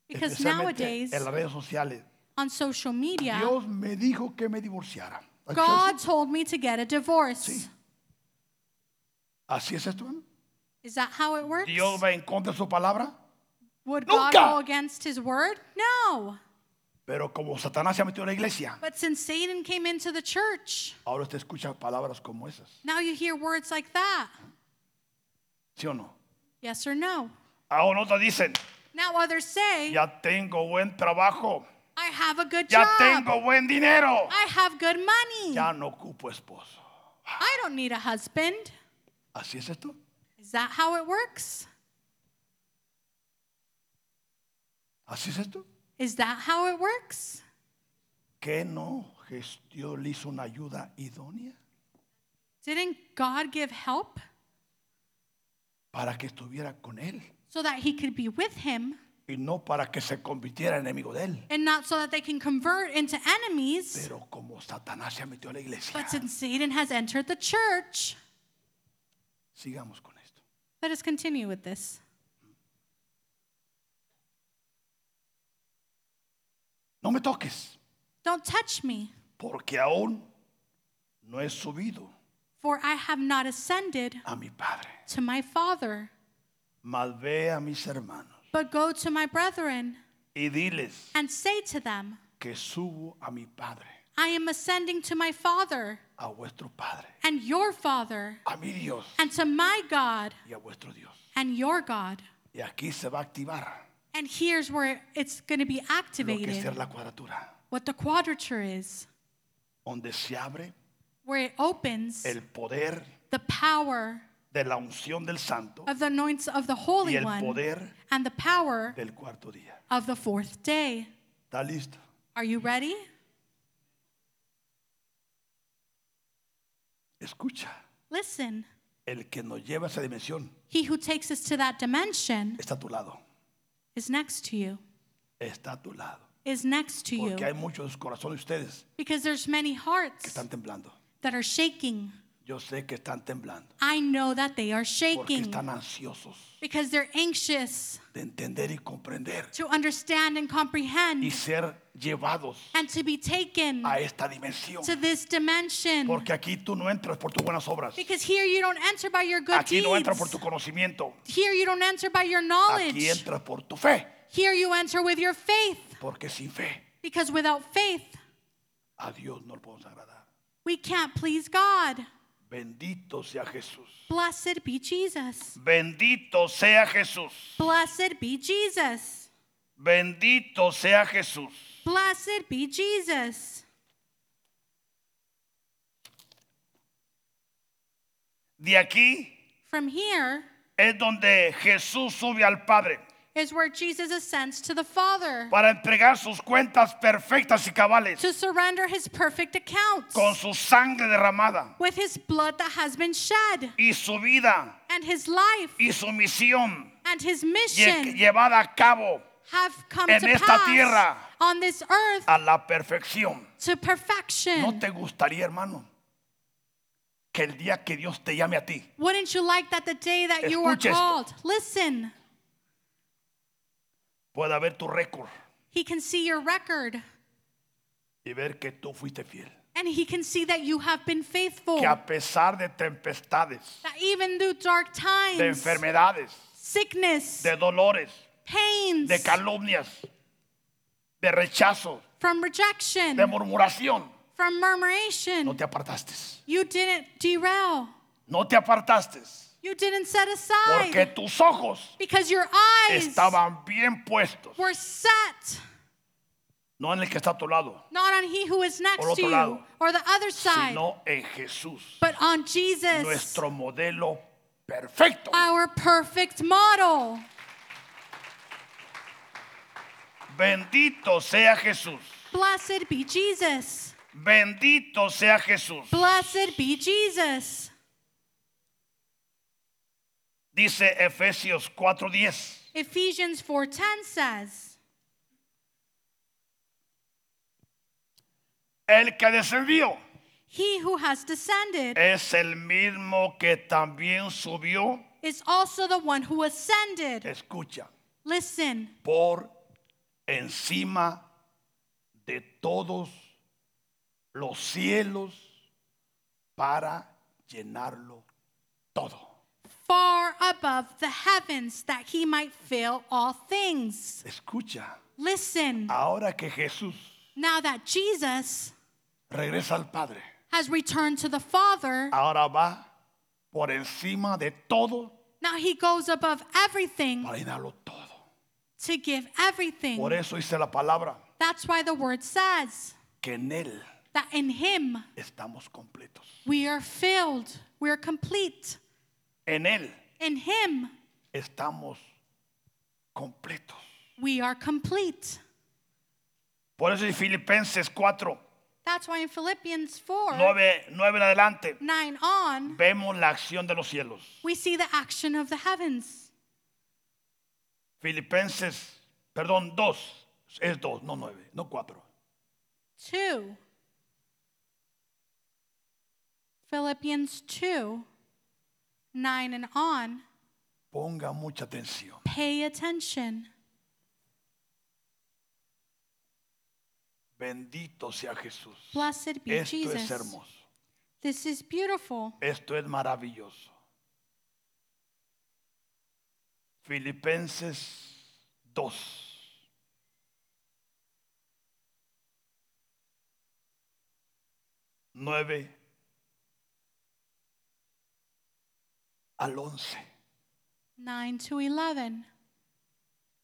because especialmente nowadays en las redes sociales. on social media, Dios me dijo que me divorciara. ¿Has escuchado God eso? told me to get a divorce. Sí. ¿Así es esto? hermano? Is that how it works? Dios va en contra de su palabra, Would God Nunca. go against his word? No. pero como Satanás se ha metido en la iglesia, But since Satan came into the church, ahora te escucha palabras como esas. now you hear words like that. ¿Sí o no? Yes or no? Ahora otros dicen, Now others say, ya tengo buen trabajo, I have a good ya job. tengo buen dinero, I have good money. ya no ocupo esposo. I don't need a husband. ¿Así es esto? Is that how it works? ¿Así es esto? Is that how it works? ¿Qué no? Jes- Dios le hizo una ayuda idónea Didn't God give help para que estuviera con él so that he could be with him y no para que se convirtiera en enemigo de él. and not so that they can convert into enemies? Pero como Satanás se metió a la iglesia, But since Satan has entered the church, sigamos con esto. let us continue with this. No me toques, Don't touch me, porque aún no he subido for I have not ascended a mi Padre. to my Father, Mas ve a mis hermanos but go to my brethren y diles and say to them, que subo a mi Padre, I am ascending to my Father a vuestro Padre, and your Father, a mi Dios and to my God y a vuestro Dios. and your God. Y aquí se va a activar And here's where it's going to be lo que es activated ser la cuadratura, what the quadrature is, donde se abre where it opens el poder the power de la unción del santo of the anoints of the y Holy el One poder and the power del cuarto día. of the fourth day. ¿Está listo? Are you ready? Escucha, Listen. el que nos lleva a esa dimensión He who takes us to that dimension está a tu lado, is next to you, está a tu lado. is next to you. Porque hay muchos corazones de ustedes Because there's many que hearts están temblando. that are shaking. Yo sé que están temblando I know that they are porque shaking están ansiosos because they're anxious de entender y comprender to understand and comprehend y ser llevados and to be taken a esta dimensión. to this dimension. Porque aquí tú no entras por tus buenas obras. Because here you don't enter by your good Aquí no entras por deeds. tu conocimiento. Here you don't enter by your Aquí knowledge. entras por tu fe. Here you enter with your faith. Porque sin fe Because without faith, a Dios no le podemos agradar. we can't please God. Bendito sea Jesús. Blessed be Jesus. Bendito sea Jesús. Blessed be Jesus. Bendito sea Jesús. Blessed be Jesus. De aquí From here es donde Jesús sube al Padre is where Jesus ascends to the Father para entregar sus cuentas perfectas y cabales to surrender his perfect accounts con su sangre derramada with his blood that has been shed y su vida and his life y su misión and his lle- mission llevada a cabo have come en to esta pass tierra. on this earth a la perfección. to perfection. ¿No te gustaría, hermano, que el día que Dios te llame a ti, Wouldn't you like that the day that you were Escucha esto. called? Listen, pueda ver tu récord he can see your record y ver que tú fuiste fiel? and he can see that you have been faithful. Que a pesar de tempestades, That even through dark de times, enfermedades, sickness, de dolores, pains, de calumnias, de rechazo, from rejection, de murmuración, from murmuration. no te apartaste. You didn't derail. No te apartaste You didn't set porque aside tus ojos because your eyes estaban bien puestos, were set no en el que está a tu lado, not on he who is Por next to otro you lado, or the other side, sino en Jesús, but on Jesus, nuestro modelo perfecto. our perfect model. Bendito sea Jesús. Blessed be Jesus. Bendito sea Jesús. Blessed be Jesus. Dice Efesios 4:10. Ephesians 4:10 says, El que descendió "He who has descended es el mismo que también subió, is also the one who ascended." escucha, Listen, por encima de todos los cielos para llenarlo todo. far above the heavens that he might fill all things. Escucha, Listen, ahora que Jesús now that Jesus regresa al Padre, has returned to the Father, ahora va por encima de todo now he goes above everything para llenarlo todo. to give Por everything. eso dice la palabra That's why the word says que en Él that in him estamos completos. we are filled, we are complete. En Él In him estamos completos. we are complete. Por eso en Filipenses 4, That's why in Philippians 4 9, 9 en adelante, 9 on, vemos la acción de los cielos. we see the action of the heavens. Filipenses, perdón, 2, es 2, no 9, no 4. 2. Philippians 2 9 and on, Ponga mucha atención. pay attention. Bendito sea Jesús. Blessed be Esto es Jesus. hermoso. This is beautiful. Esto es maravilloso. Filipenses 2. Nueve al once. 9 to 11.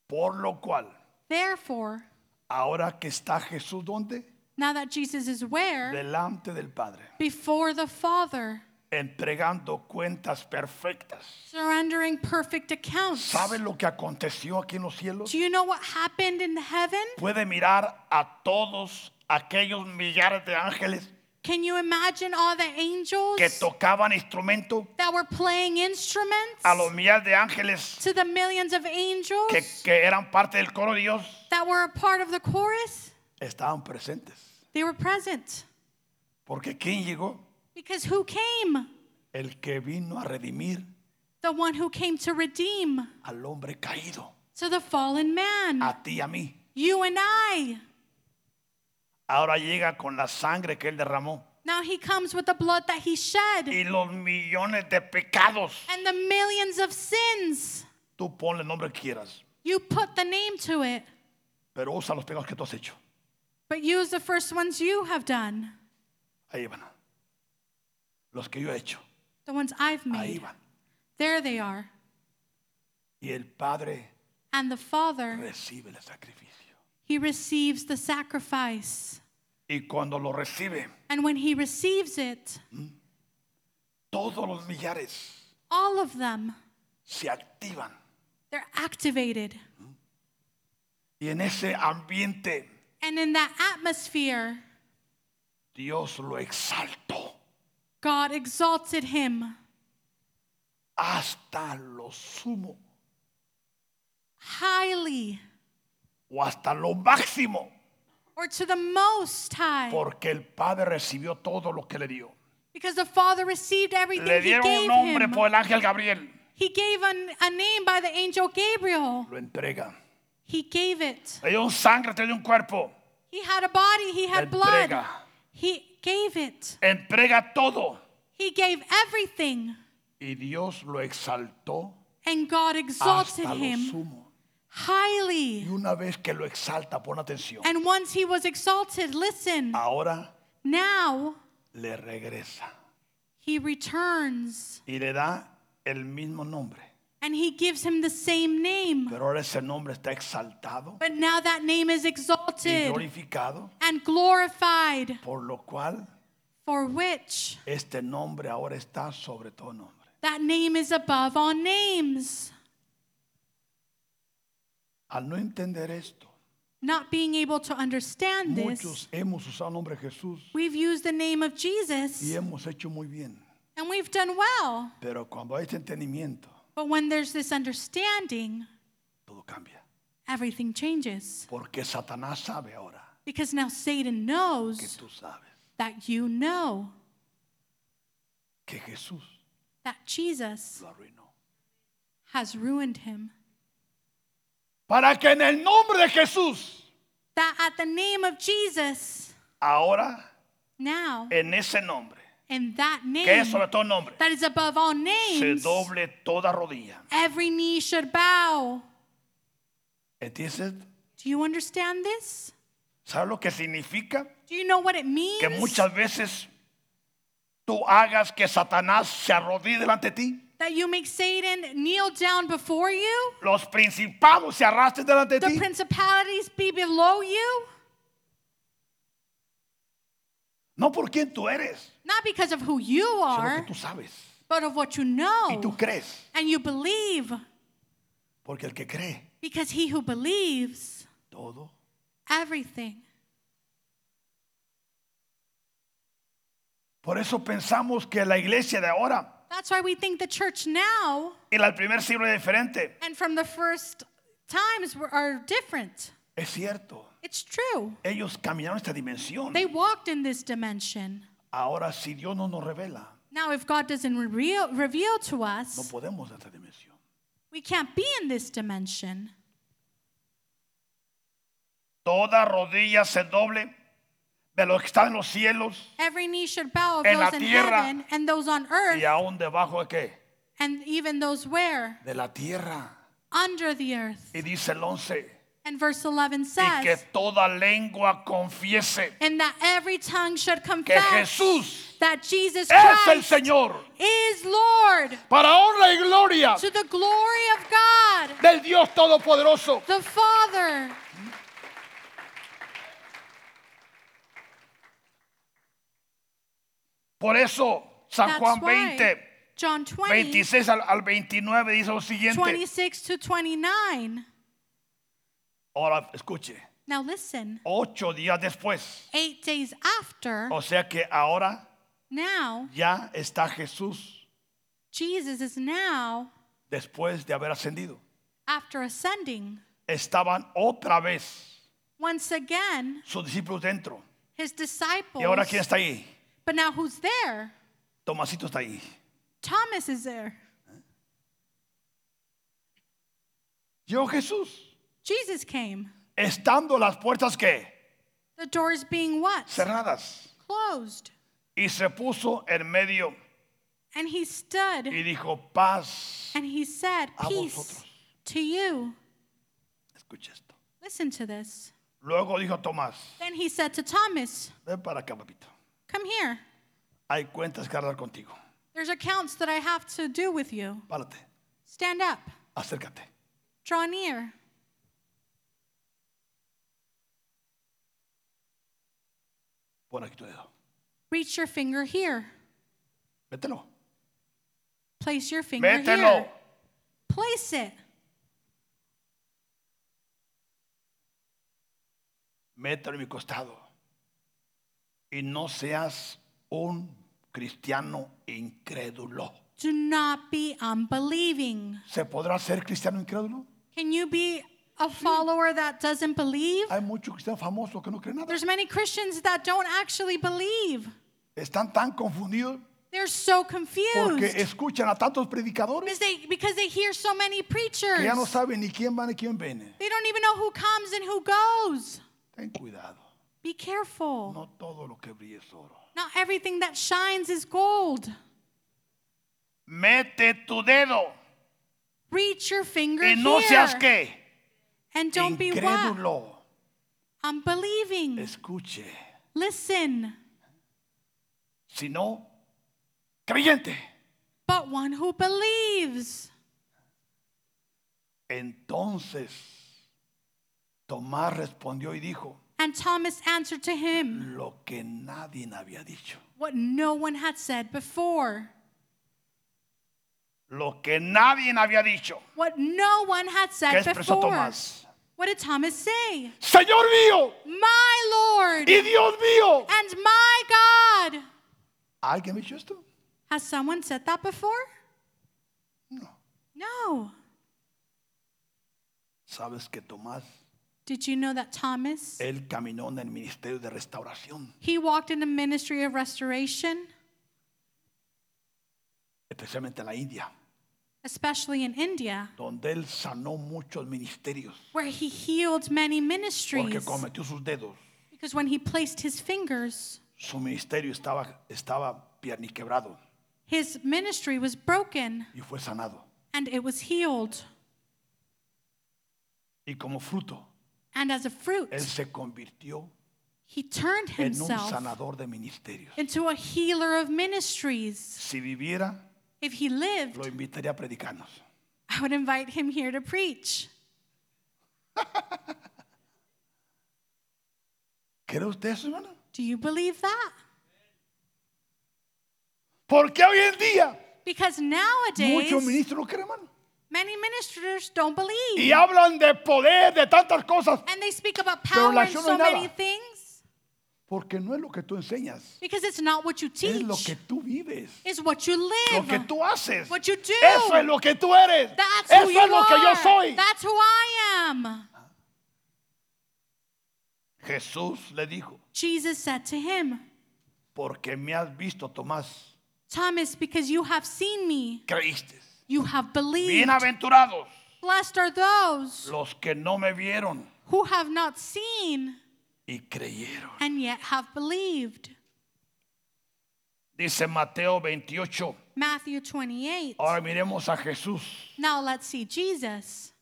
Por lo cual, Therefore, ahora que está Jesús donde? now that Jesus is where? Delante del Padre, Before the Father, entregando cuentas perfectas. surrendering perfect accounts. ¿Sabe lo que aconteció aquí en los cielos? Do you know what happened in heaven? puede mirar a todos aquellos millares de ángeles Can you imagine all the angels que tocaban instrumento, that were playing instruments? a los millares de ángeles To the millions of angels que, que eran parte del coro de Dios, that were a part of the chorus? estaban presentes. They were present. Porque ¿quién llegó? Because who came? El que vino a redimir The one who came to redeem. al hombre caído, To the fallen man. a ti y a mí. you and I. Ahora llega con la sangre que él derramó Now he comes with the blood that he shed y los millones de pecados. and the millions of sins. Tú ponle el nombre que quieras, You put the name to it, pero usa los pecados que tú has hecho. but use the first ones you have done, Ahí van. Los que yo he hecho. the ones I've Ahí made. van. There they are. Y el Padre And the Father, recibe el sacrificio. he receives the sacrifice. Y cuando lo recibe, And when he receives it, todos los millares all of them, se activan. they're activated. Y en ese ambiente, And in that atmosphere, Dios lo exaltó God exalted him hasta lo sumo highly o hasta lo máximo, or to the most high porque el Padre recibió todo lo que le dio. because the Father received Le everything he dieron un gave nombre him. por el ángel Gabriel. He gave an, a name by the angel Gabriel. Lo entrega. He gave it. Le dieron sangre, te dio un cuerpo. He had a body, he had blood. Entrega. He gave it. Entrega todo. He gave everything. Y Dios lo exaltó And God exalted hasta lo him sumo. Y highly. una vez que lo exalta, pon atención. And once he was exalted, listen, Ahora now le regresa he returns y le da el mismo nombre, and he gives him the same name. pero ahora ese nombre está exaltado But now that name is y exalted glorificado, and glorified, por lo cual for which este nombre ahora está sobre todo nombre. that name is above all names. Al no entender esto, Not being able to understand this, muchos hemos usado el nombre de Jesús we've used the name of y Jesus hemos hecho muy bien, and we've done well. pero cuando hay este entendimiento, But when there's this understanding, todo cambia, everything changes. porque Satanás sabe ahora Because now Satan que knows tú sabes that you know que Jesús that Jesus lo arruinó. has ruined him. Para que en el nombre de Jesús, That at the name of Jesus, ahora now, en ese nombre, in that que es name sobre todo nombre, that is above all se names, doble toda rodilla. every knee should bow. ¿Entiendes? Do you understand this? ¿Sabes lo que significa? Do you know what it means? Que muchas veces tú hagas que Satanás se arrodille delante de ti, that you make Satan kneel down before you, los principados se arrastren delante de the ti. principalities be below you, No por quién tú eres, not because of who you sino que are, tú sabes but of what you y tú know. crees. And you believe, Porque el que cree, because he who believes, todo everything. Por eso pensamos que la iglesia de ahora That's why we think the church now y la del primer siglo es diferente. and from the first times were, are different. Es cierto. It's true. Ellos caminaron esta dimensión. They walked in this dimension. Ahora, si Dios no nos revela, Now, if God doesn't reveal, reveal to no us, podemos en esta dimensión. we can't be in this dimension. Toda rodilla se doble de lo que está en los cielos Every knee should bow of En la those in tierra. heaven and those on earth y aún debajo de qué? and even those where? De la tierra. Under the earth. Y dice el 11, And verse 11 y que says, toda lengua confiese and that every tongue should que confess Jesús that es Jesus el Christ Señor is Lord para honra y gloria to the glory of God, del Dios Todopoderoso. the Father. Por eso, San That's Juan why 20, John 20, 26 al, al 29 dice lo siguiente. 26 to 29. Ahora escuche, Now listen, ocho días después, eight days after, o sea que ahora now, ya está Jesús Jesus is now, después de haber ascendido. after ascending, Estaban otra vez once again, sus discípulos dentro. his disciples. ¿Y ahora quién está ahí? But now who's there? Tomasito está ahí. Thomas is there. Yo Jesús, Jesus came. estando las puertas que The doors being what? cerradas, Closed. y se puso en medio And he stood y dijo, paz. and he said, A Peace vosotros. to you. Escucha esto. Listen to this. Luego dijo Tomás, Then he said to Thomas, ven para acá, papito. Come here. Hay cuentas que arreglar contigo. There's accounts that I have to do with you. Párate, Stand up. acércate. Draw near. Pon aquí tu dedo. Reach your finger here. Mételo. Place your finger Mételo. here. Place it. Mételo en mi costado. Y no seas un cristiano incrédulo. Do not be unbelieving. ¿Se podrá ser cristiano incrédulo? Can you be a follower that doesn't believe? Hay muchos cristianos famosos que no creen nada. There's many Christians that don't actually believe. Están tan confundidos They're so porque confused escuchan a tantos predicadores because they, because they hear so many preachers. que ya no saben ni quién va ni quién viene. They don't even know who comes and who goes. Ten cuidado. Be careful. No todo lo que brille es oro. Not everything that shines is gold. Mete tu dedo Reach your finger y no here. seas que and don't be what? incrédulo. Unbelieving. Escuche. Listen. sino creyente. But but one who believes. Entonces Tomás respondió y dijo And Thomas answered to him lo que nadie había dicho. what no one had said before, Lo que nadie había dicho. what no one had ¿Qué said expresó before. Tomás? What did Thomas say? Señor mío My Lord y Dios mío. and my God. ¿Alguien me dicho esto? Has someone said that before? No. No. Sabes que Tomás, Did you know that Thomas? él caminó en el ministerio de restauración, He walked in the ministry of restoration, especialmente en la India, especially in India, donde él sanó muchos ministerios where he healed many porque ministries. cometió sus dedos. Because when he placed his fingers, Su ministerio estaba, estaba pierniquebrado his ministry was broken y fue sanado. and it was healed. Y como fruto, And as a fruit, él se convirtió he turned en un himself sanador de ministerios. into a healer of ministries. Si viviera, If he lived, lo invitaría a predicarnos. I would invite him here to preach. ¿Cree usted eso, hermano? Do you believe that? Porque hoy en día Because muchos nowadays, ministros no creen, hermano. many ministers don't believe. Y hablan de poder, de tantas cosas, And they speak about Pero power la and acción so no es many nada. things porque no es lo que tú enseñas, because it's not what you es lo que teach, tú vives, it's what you lo que live. tú haces. What you do. Eso es lo que tú eres. That's Eso who you es lo que yo are. soy. That's who I am. Jesús le dijo, Jesus said to him, porque me has visto, Tomás, Thomas, because you have seen me, creíste. you have believed. Bienaventurados Blessed are those los que no me vieron who have not seen y creyeron. and yet have believed. Dice Mateo 28. Matthew 28. Ahora miremos a Jesús. Now let's see Jesus.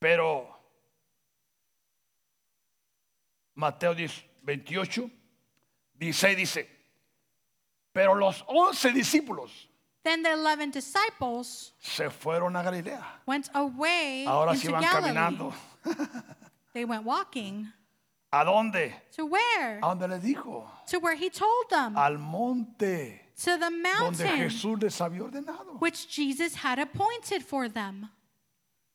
Pero Mateo 10, 28, 16 dice, pero los once discípulos Then the 11 disciples se fueron a Galilea. went away Ahora sí into van Galilee. caminando. They went walking. ¿A dónde? To where? ¿A dónde les dijo? To where he told them. Al monte To the Ah, donde mountain Jesús les había ordenado. which Jesus had appointed for them.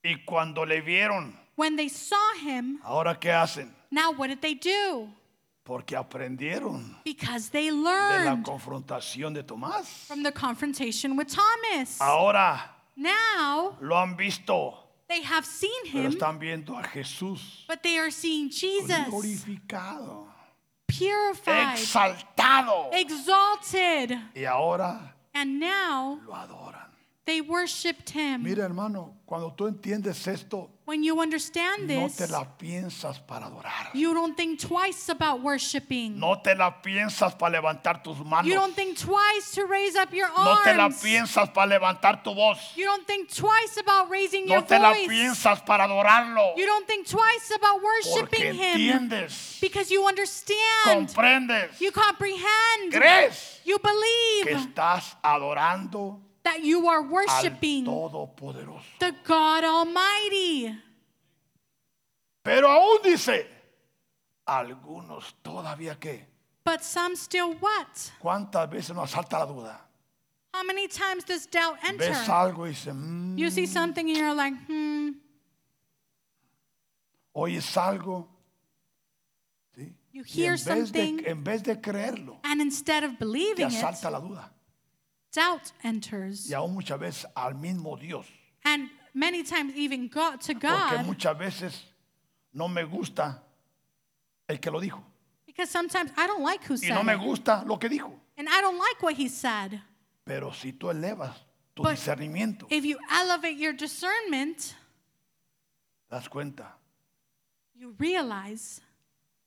Y cuando le vieron, When they saw him, ¿ahora qué hacen? now what did they do? Porque aprendieron Because they de la learned confrontación de Tomás. from the confrontation with Thomas. Ah. Ahora Now lo han visto, they have seen pero him, están viendo a Jesús but they are seeing Jesus glorificado, purified, exaltado. exalted, Y ahora and now lo adoran. they worshiped him. Mira, hermano, cuando tú entiendes esto, When you understand no te this, la piensas para adorar. you don't think twice about worshiping. No te la piensas para levantar tus You don't manos. think twice to raise up your No te la arms. piensas para levantar tu voz. You don't think twice about raising your No te la voice. piensas para adorarlo. You don't think twice about Porque worshiping Him entiendes, because you understand, comprendes, you comprehend, crees you que believe estás adorando that you are al worshiping Todopoderoso. the God Almighty. Pero aún dice, algunos todavía que. But some still what? ¿Cuántas veces nos asalta la duda? How many times does doubt Ves enter? algo y dices, "Mm", You see something and you're like, hmm. oyes algo. ¿sí? You Y en, hear vez de, something. en vez de creerlo, And instead of te believing it, asalta la duda. doubt enters. Y aún muchas veces al mismo Dios. And many times even God to Porque God. muchas veces no me gusta el que lo dijo. Because sometimes I don't like who Y said no me it. gusta lo que dijo. And I don't like what he said. Pero si tú elevas tu But- discernimiento, te If you elevate your discernment, das cuenta you realize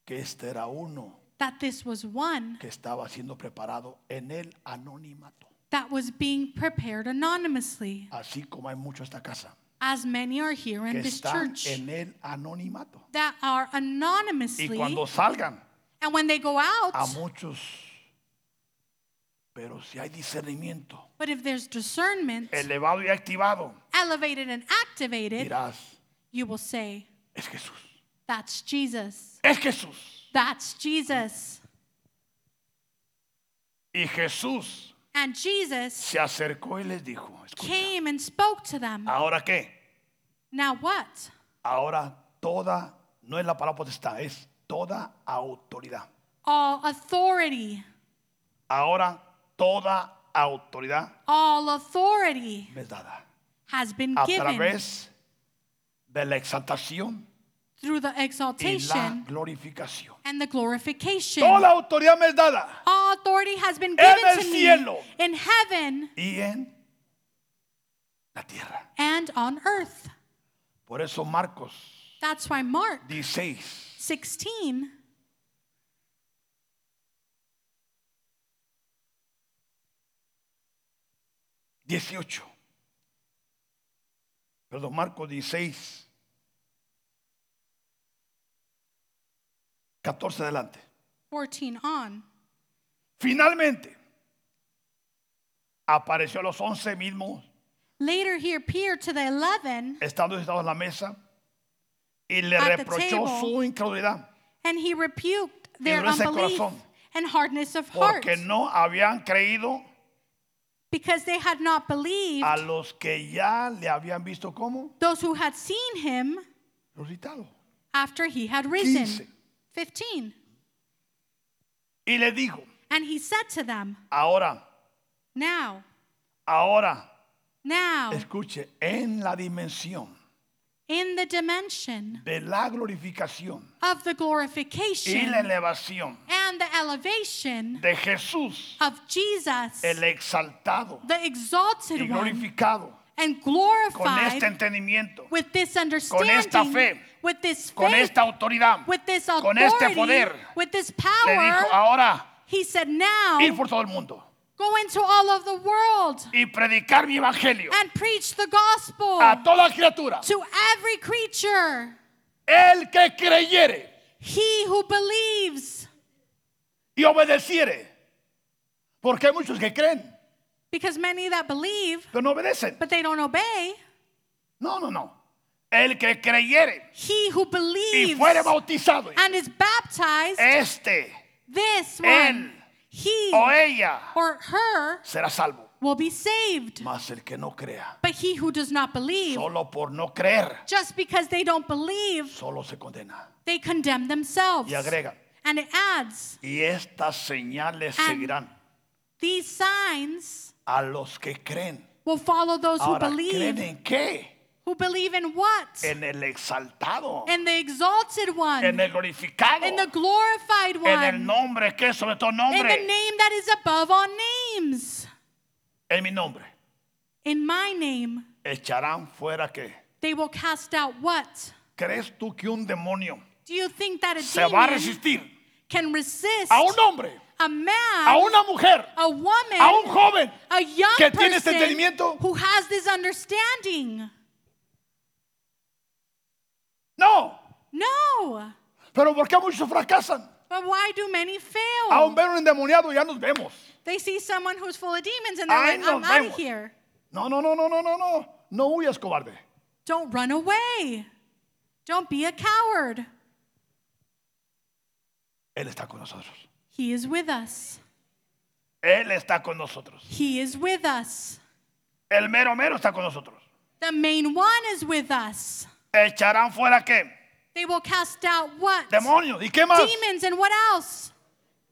que este era uno that this was one que estaba siendo preparado en el anonimato. that was being prepared anonymously, Así como hay mucho en esta casa. as many are here que in this están church en el anonimato. that are Y anonymously. cuando salgan, And when they go a out, muchos Pero si hay discernimiento But if there's discernment, elevado y activado, elevated and activated, dirás, you will say, es Jesús. That's Jesus. Es Jesús. That's Jesus. Y Jesús And Jesus se acercó y les dijo, escucha, came and spoke to them. ¿ahora qué? Now what? Ahora toda, no es la palabra potestad, es toda autoridad. All authority. Ahora toda autoridad All authority me es dada. has been A given través de la exaltación through the y la exaltation glorificación. and the glorification. Toda autoridad me es dada. All authority has been En given el to me cielo. in heaven Y en la tierra. and on earth. Por eso Marcos That's why Mark 16, 16 18. Perdón, Marcos 16. 14 adelante. 14 on. Finalmente, apareció a los once mismos, Later he appeared to the 11 estando sentados en la mesa, y le At the reprochó table. su incredulidad, and he rebuked their dureza de unbelief corazón. and hardness of heart porque no habían creído because they had not believed a los que ya le habían visto como those who had seen him resucitado. after he had risen. 15. 15. Y le dijo, And he said to them, ahora, Now, ahora, now, escuche, en la dimensión in the dimension de la glorificación of the y glorification la elevación and the elevation de Jesús, of Jesus, el exaltado the y exalted one, glorificado, and con este glorified entendimiento, with this esta understanding, fe, with this con faith, esta autoridad, with this con este authority, poder, with this le dijo, power, ahora, he said, ir Now por todo el mundo go into all of the world y predicar mi evangelio and preach the gospel a toda criatura. to every creature. El que creyere He who believes, y obedeciere. Porque hay muchos que creen, because many that believe, pero no obedecen. but they don't obey, No, no, no. El que creyere he who y believes fuere bautizado, and is baptized, este this él one, he o ella or her será salvo. will be saved. Mas el que no crea, But he who does not believe, solo por no creer, just because they don't believe, solo se condena. they condemn themselves. Y agrega, And it adds, y estas señales And- seguirán these signs a los que creen. will follow those who Ahora, ¿creen believe. en qué? Who believe in what? En el exaltado, In the exalted one, en el glorificado, in the glorified en el one, nombre que es sobre todo in the nombre, name that is above all names. en mi nombre. In my name, Echarán fuera que. they will cast out what? ¿Crees tú que un demonio Do you think that a se va a demon resistir can resist a un hombre, a a man, una mujer, a a un woman, joven a young que tiene este person entendimiento? who has this understanding? No. No. Pero ¿por qué muchos fracasan? But why do many Aún fail? ver un endemoniado ya nos vemos. They see someone who's full of demons and they're Ay, like, nos I'm out vemos." of here. No, no, no, no, no, no, no. No huyas, cobarde. Don't run away. Don't be a coward. Él está con nosotros. He is with us. Él está con nosotros. He is with us. El mero mero está con nosotros. The main one is with us. Echarán fuera qué? They will cast out what? Demonios. ¿Y qué más? Demons and what else?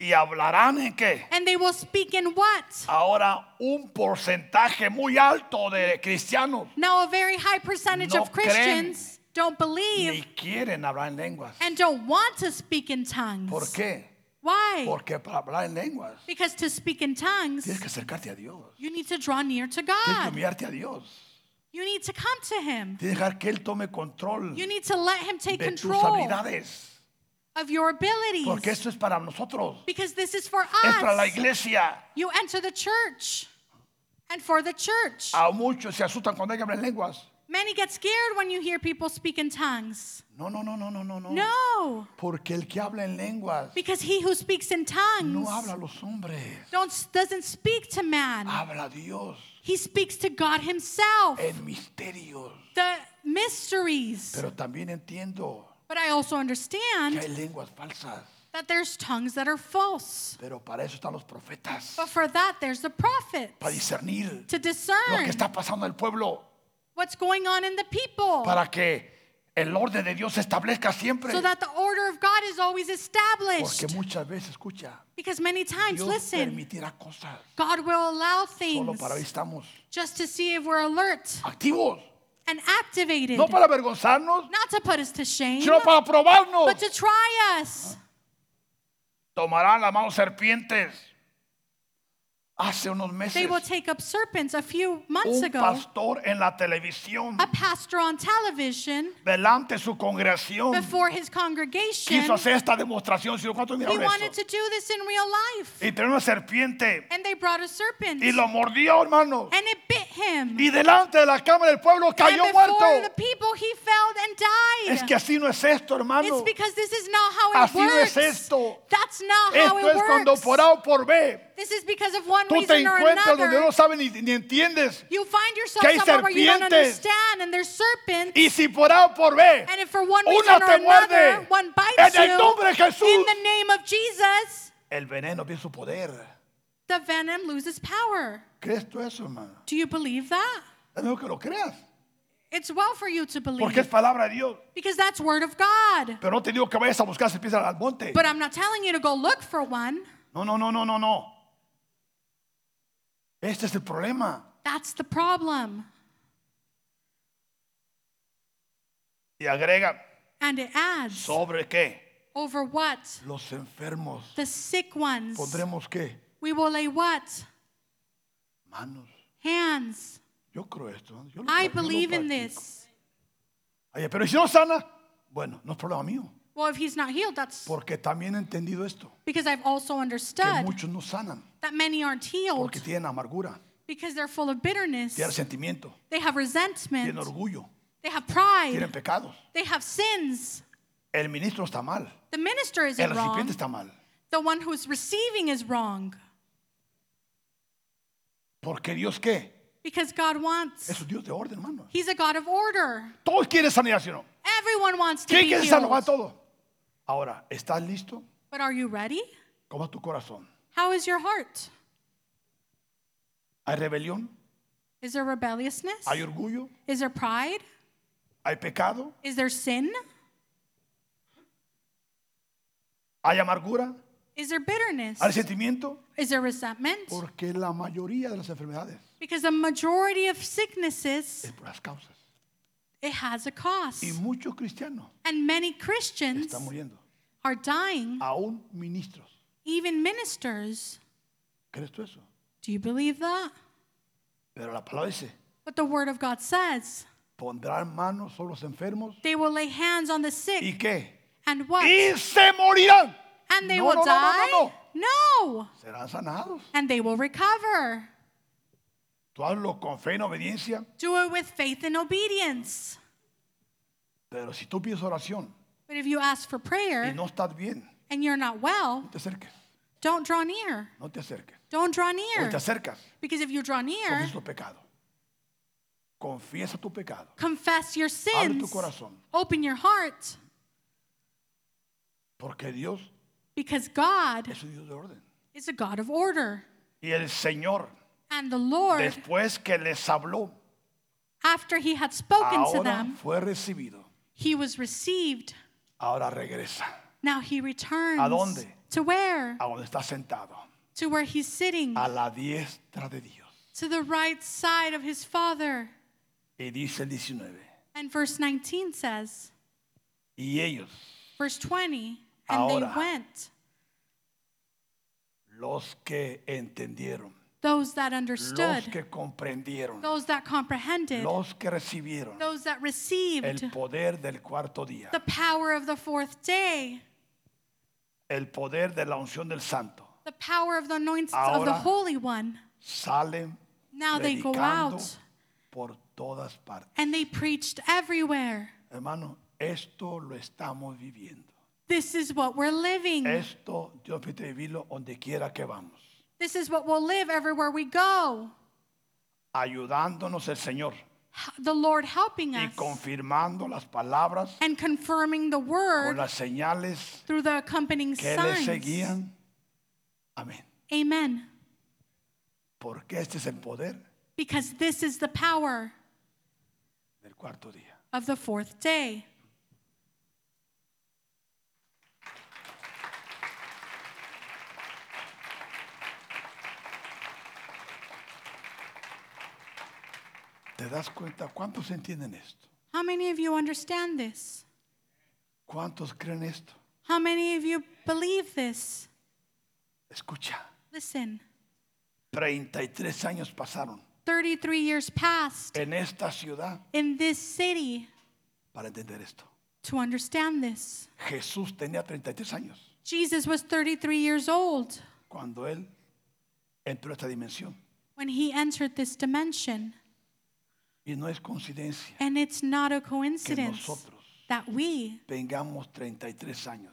Y hablarán en qué? And they will speak in what? Ahora un porcentaje muy alto de cristianos Now, a very high percentage No of Christians don't believe ni quieren hablar en lenguas. and don't want to speak in tongues. ¿Por qué? Why? Porque para hablar en lenguas Because to speak in tienes tongues, que acercarte a Dios. you need to draw near to Tienes que God. humillarte a Dios. You need to come to Him. Tienes que dejar que Él tome control You need to let Him take de tus control habilidades. of your Porque abilities. esto es para nosotros. Because this is for Es para la us. iglesia. You enter the church and for the church. Ah. A muchos se asustan cuando hay que hablar en lenguas. Many get scared when you hear people speak in tongues. No, no, no, no, no, no, no. No, Porque el que habla en lenguas because he who speaks in tongues no habla a los hombres, don't, doesn't speak to man. habla a Dios He speaks to God himself, en misterios. the mysteries. Pero también entiendo But I also que understand hay lenguas falsas, that there's tongues that are false. pero para eso están los profetas, But for that, there's the prophets para discernir to lo que discern está pasando en el pueblo, what's going on in the people para que el orden de Dios se establezca siempre. so that the order of God is always established. Porque muchas veces, escucha, Because many times, Dios listen, permitirá cosas God will allow solo things para hoy estamos just to see if we're alert activos, and activated, no para avergonzarnos, not to put us to shame, sino para probarnos. but to try us. Tomarán las manos serpientes. Hace unos meses, They will take up serpents. A few months un ago, pastor en la televisión, a pastor on television, delante de su congregación, before his congregation, quiso hacer esta demostración. Si lo cuánto he miraron wanted eso? to do this in real life. Y tenía una serpiente And they brought a serpent, y and lo mordió, hermano. it bit him. Y delante de la cámara del pueblo And cayó before the muerto. people, he fell and died. Es que así no es esto, It's hermano. because this is not how it Así no es works. esto. That's not how Esto it es cuando works. por A o por B This is because of one tú te reason or encuentras donde another. no sabes ni, ni entiendes. You find yourself que hay somewhere where you don't serpientes. understand, and there's serpents. Y si por A o por B And if for one reason una or te another, muerde, one en bites you, el nombre de in Jesús, the name of Jesus, el veneno pierde su poder. the venom loses power. ¿Crees tú eso, hermano? Do you believe that? Es mejor que lo creas. It's well for you to Porque es believe palabra de Dios. because that's word of God. Pero no te digo que vayas a buscar serpientes al monte. But I'm not telling you to go look for one. No, no, no, no, no, no. Este es el problema. That's the problem. Y agrega, And it adds ¿sobre qué? over what? Los enfermos. The sick ones. ¿Pondremos qué? We will lay what? Manos. Hands. Yo creo esto. ¿no? Yo lo I pra- yo lo believe in practico. this. Oye, pero si no sana, bueno, no es problema mío. Well, if he's not healed, that's Porque también he entendido esto. because I've also Que understood muchos no sanan. that many aren't healed Porque tienen amargura, because they're full of bitterness. tienen sentimiento, They have tienen resentment. orgullo, They have tienen pride. pecados. They have sins. El ministro está mal. The minister is El wrong. recipiente está mal. The one who's receiving is wrong. Porque Dios qué? Because God Es wants. un Dios de orden, hermano. He's a God of order. Todos quieren sanidad, ¿sí o no? Everyone wants to ¿Quién be quiere sanidad? healed. Todo. Ahora, ¿estás listo? But are you ready? ¿Cómo es tu corazón? How is your heart? ¿Hay rebelión? Is there rebelliousness? ¿Hay orgullo? Is there pride? ¿Hay pecado? Is there sin? ¿Hay amargura? Is there bitterness? ¿Hay sentimiento? Is there resentment? Porque la mayoría de las enfermedades Because the majority of sicknesses, es por las causas. it has a Y cost. muchos cristianos And many Christians están muriendo. are dying, Aún ministros. even ministers. ¿Crees tú eso? Do you believe that? Pero la palabra dice, But the Word of God says pondrán manos sobre los enfermos. they will lay hands on the ¿Y sick qué? and what? Y se morirán. And they No, will no, no, no, die? no, No! Serán sanados. And they will recover. Tú hazlo con fe y en obediencia. Do it with faith and obedience. Pero si tú pides oración But if you ask for y prayer no estás bien, and you're not well, no te acerques. don't draw near. No te acerques. Don't draw O near. te acercas. Because if you draw near, Confiesa tu pecado. Confiesa tu pecado. confess your Abre tu sins, corazón. open your heart, Porque Dios because God es un Dios de orden. is a God of order. Y el Señor, And the Lord, después que les habló, after he had spoken to ahora them, fue recibido. he was received. Ahora regresa Now he returns. dónde? To where? a donde está sentado. To where he's sitting, A la diestra de Dios. to the right side of his Father. Y dice el 19. And verse 19 says, Y ellos, verse 20, and Ahora. they went, los que entendieron, those that los understood, que comprendieron, those that comprehended, los que recibieron those that received. el poder del cuarto día, the power of the fourth day, el poder de la unción del santo, the power of the anointing of the Ahora- Holy One. salen Now they go predicando out por todas partes. and they preached everywhere. Hermano, esto lo estamos viviendo. This is what we're living. Esto Dios me vivirlo donde quiera que vamos. This is what we'll live everywhere we go. Ayudándonos el Señor H- The Lord helping y us confirmando las palabras and confirming the con word las señales through the accompanying que le signs. seguían. Amén. Amen. Porque este es el poder Because this is the power del cuarto día. of the fourth day. ¿Te das cuenta cuántos entienden esto? How many of you understand this? ¿Cuántos creen esto? How many of you believe this? Escucha, Listen, 33 años pasaron 33 years passed en esta ciudad in this city para entender esto. to understand this. Jesús tenía 33 años Jesus was 33 years old cuando él entró a esta dimensión. when he entered this dimension. Y no es coincidencia And it's not a que coincidence nosotros that we tengamos 33 años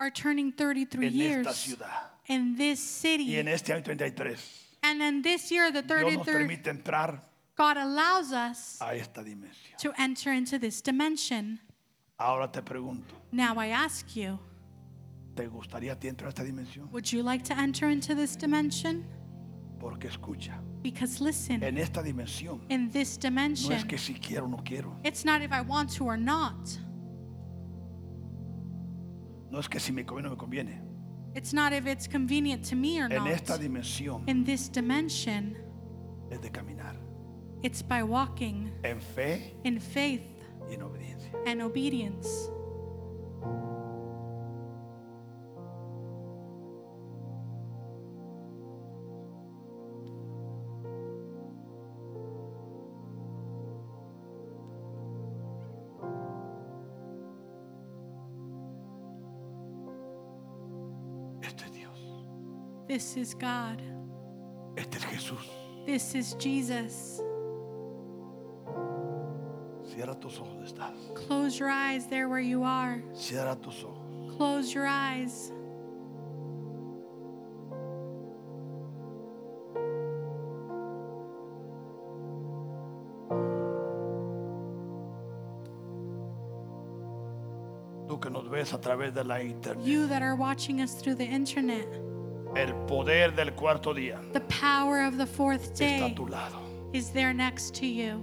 are turning 33 en esta years ciudad. in this Y city. en este año 33, and then this year, the Dios nos 33rd, permite entrar God allows us a esta dimensión. to enter into this dimension. Ahora te pregunto, Now I ask you, ¿te gustaría a ti entrar a esta dimensión? would you like to enter into this dimension? Porque escucha, Because listen, en esta dimensión in no es this dimension, que si quiero o no quiero, it's not if I want to or not. no es que si me conviene o no me conviene. It's not if it's convenient to me or En esta not. dimensión In this dimension, es de caminar it's by walking en fe in faith y en obediencia. and obedience. Este es Dios, This is God. este es Jesús. This is Jesus. Cierra tus ojos, donde estás. Close your eyes there where you are. Cierra tus ojos. Close your eyes. Tú que nos ves a través de la internet. You that are watching us through the internet, El poder del cuarto día the power of the fourth está a day tu lado. is there next to you.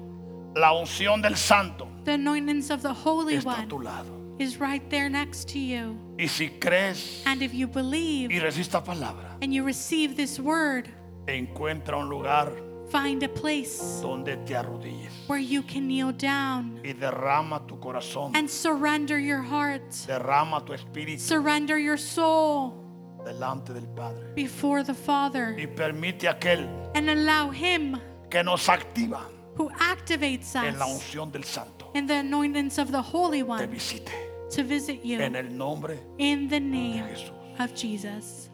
La unción del santo The anointings of the Holy está a tu One lado. is right there next to you. Y si crees And if you y believe resistas palabra, and you receive this word, encuentra un lugar find a place donde te arrodilles where you can kneel down y derrama tu corazón, and surrender your heart, derrama tu espíritu surrender your soul delante del Padre before the Father, y permite a aquel and allow Him que nos activa who activates en la us unción del santo in the anointings of the Holy te One visite to visit you en el nombre in de the name Jesús. of Jesus.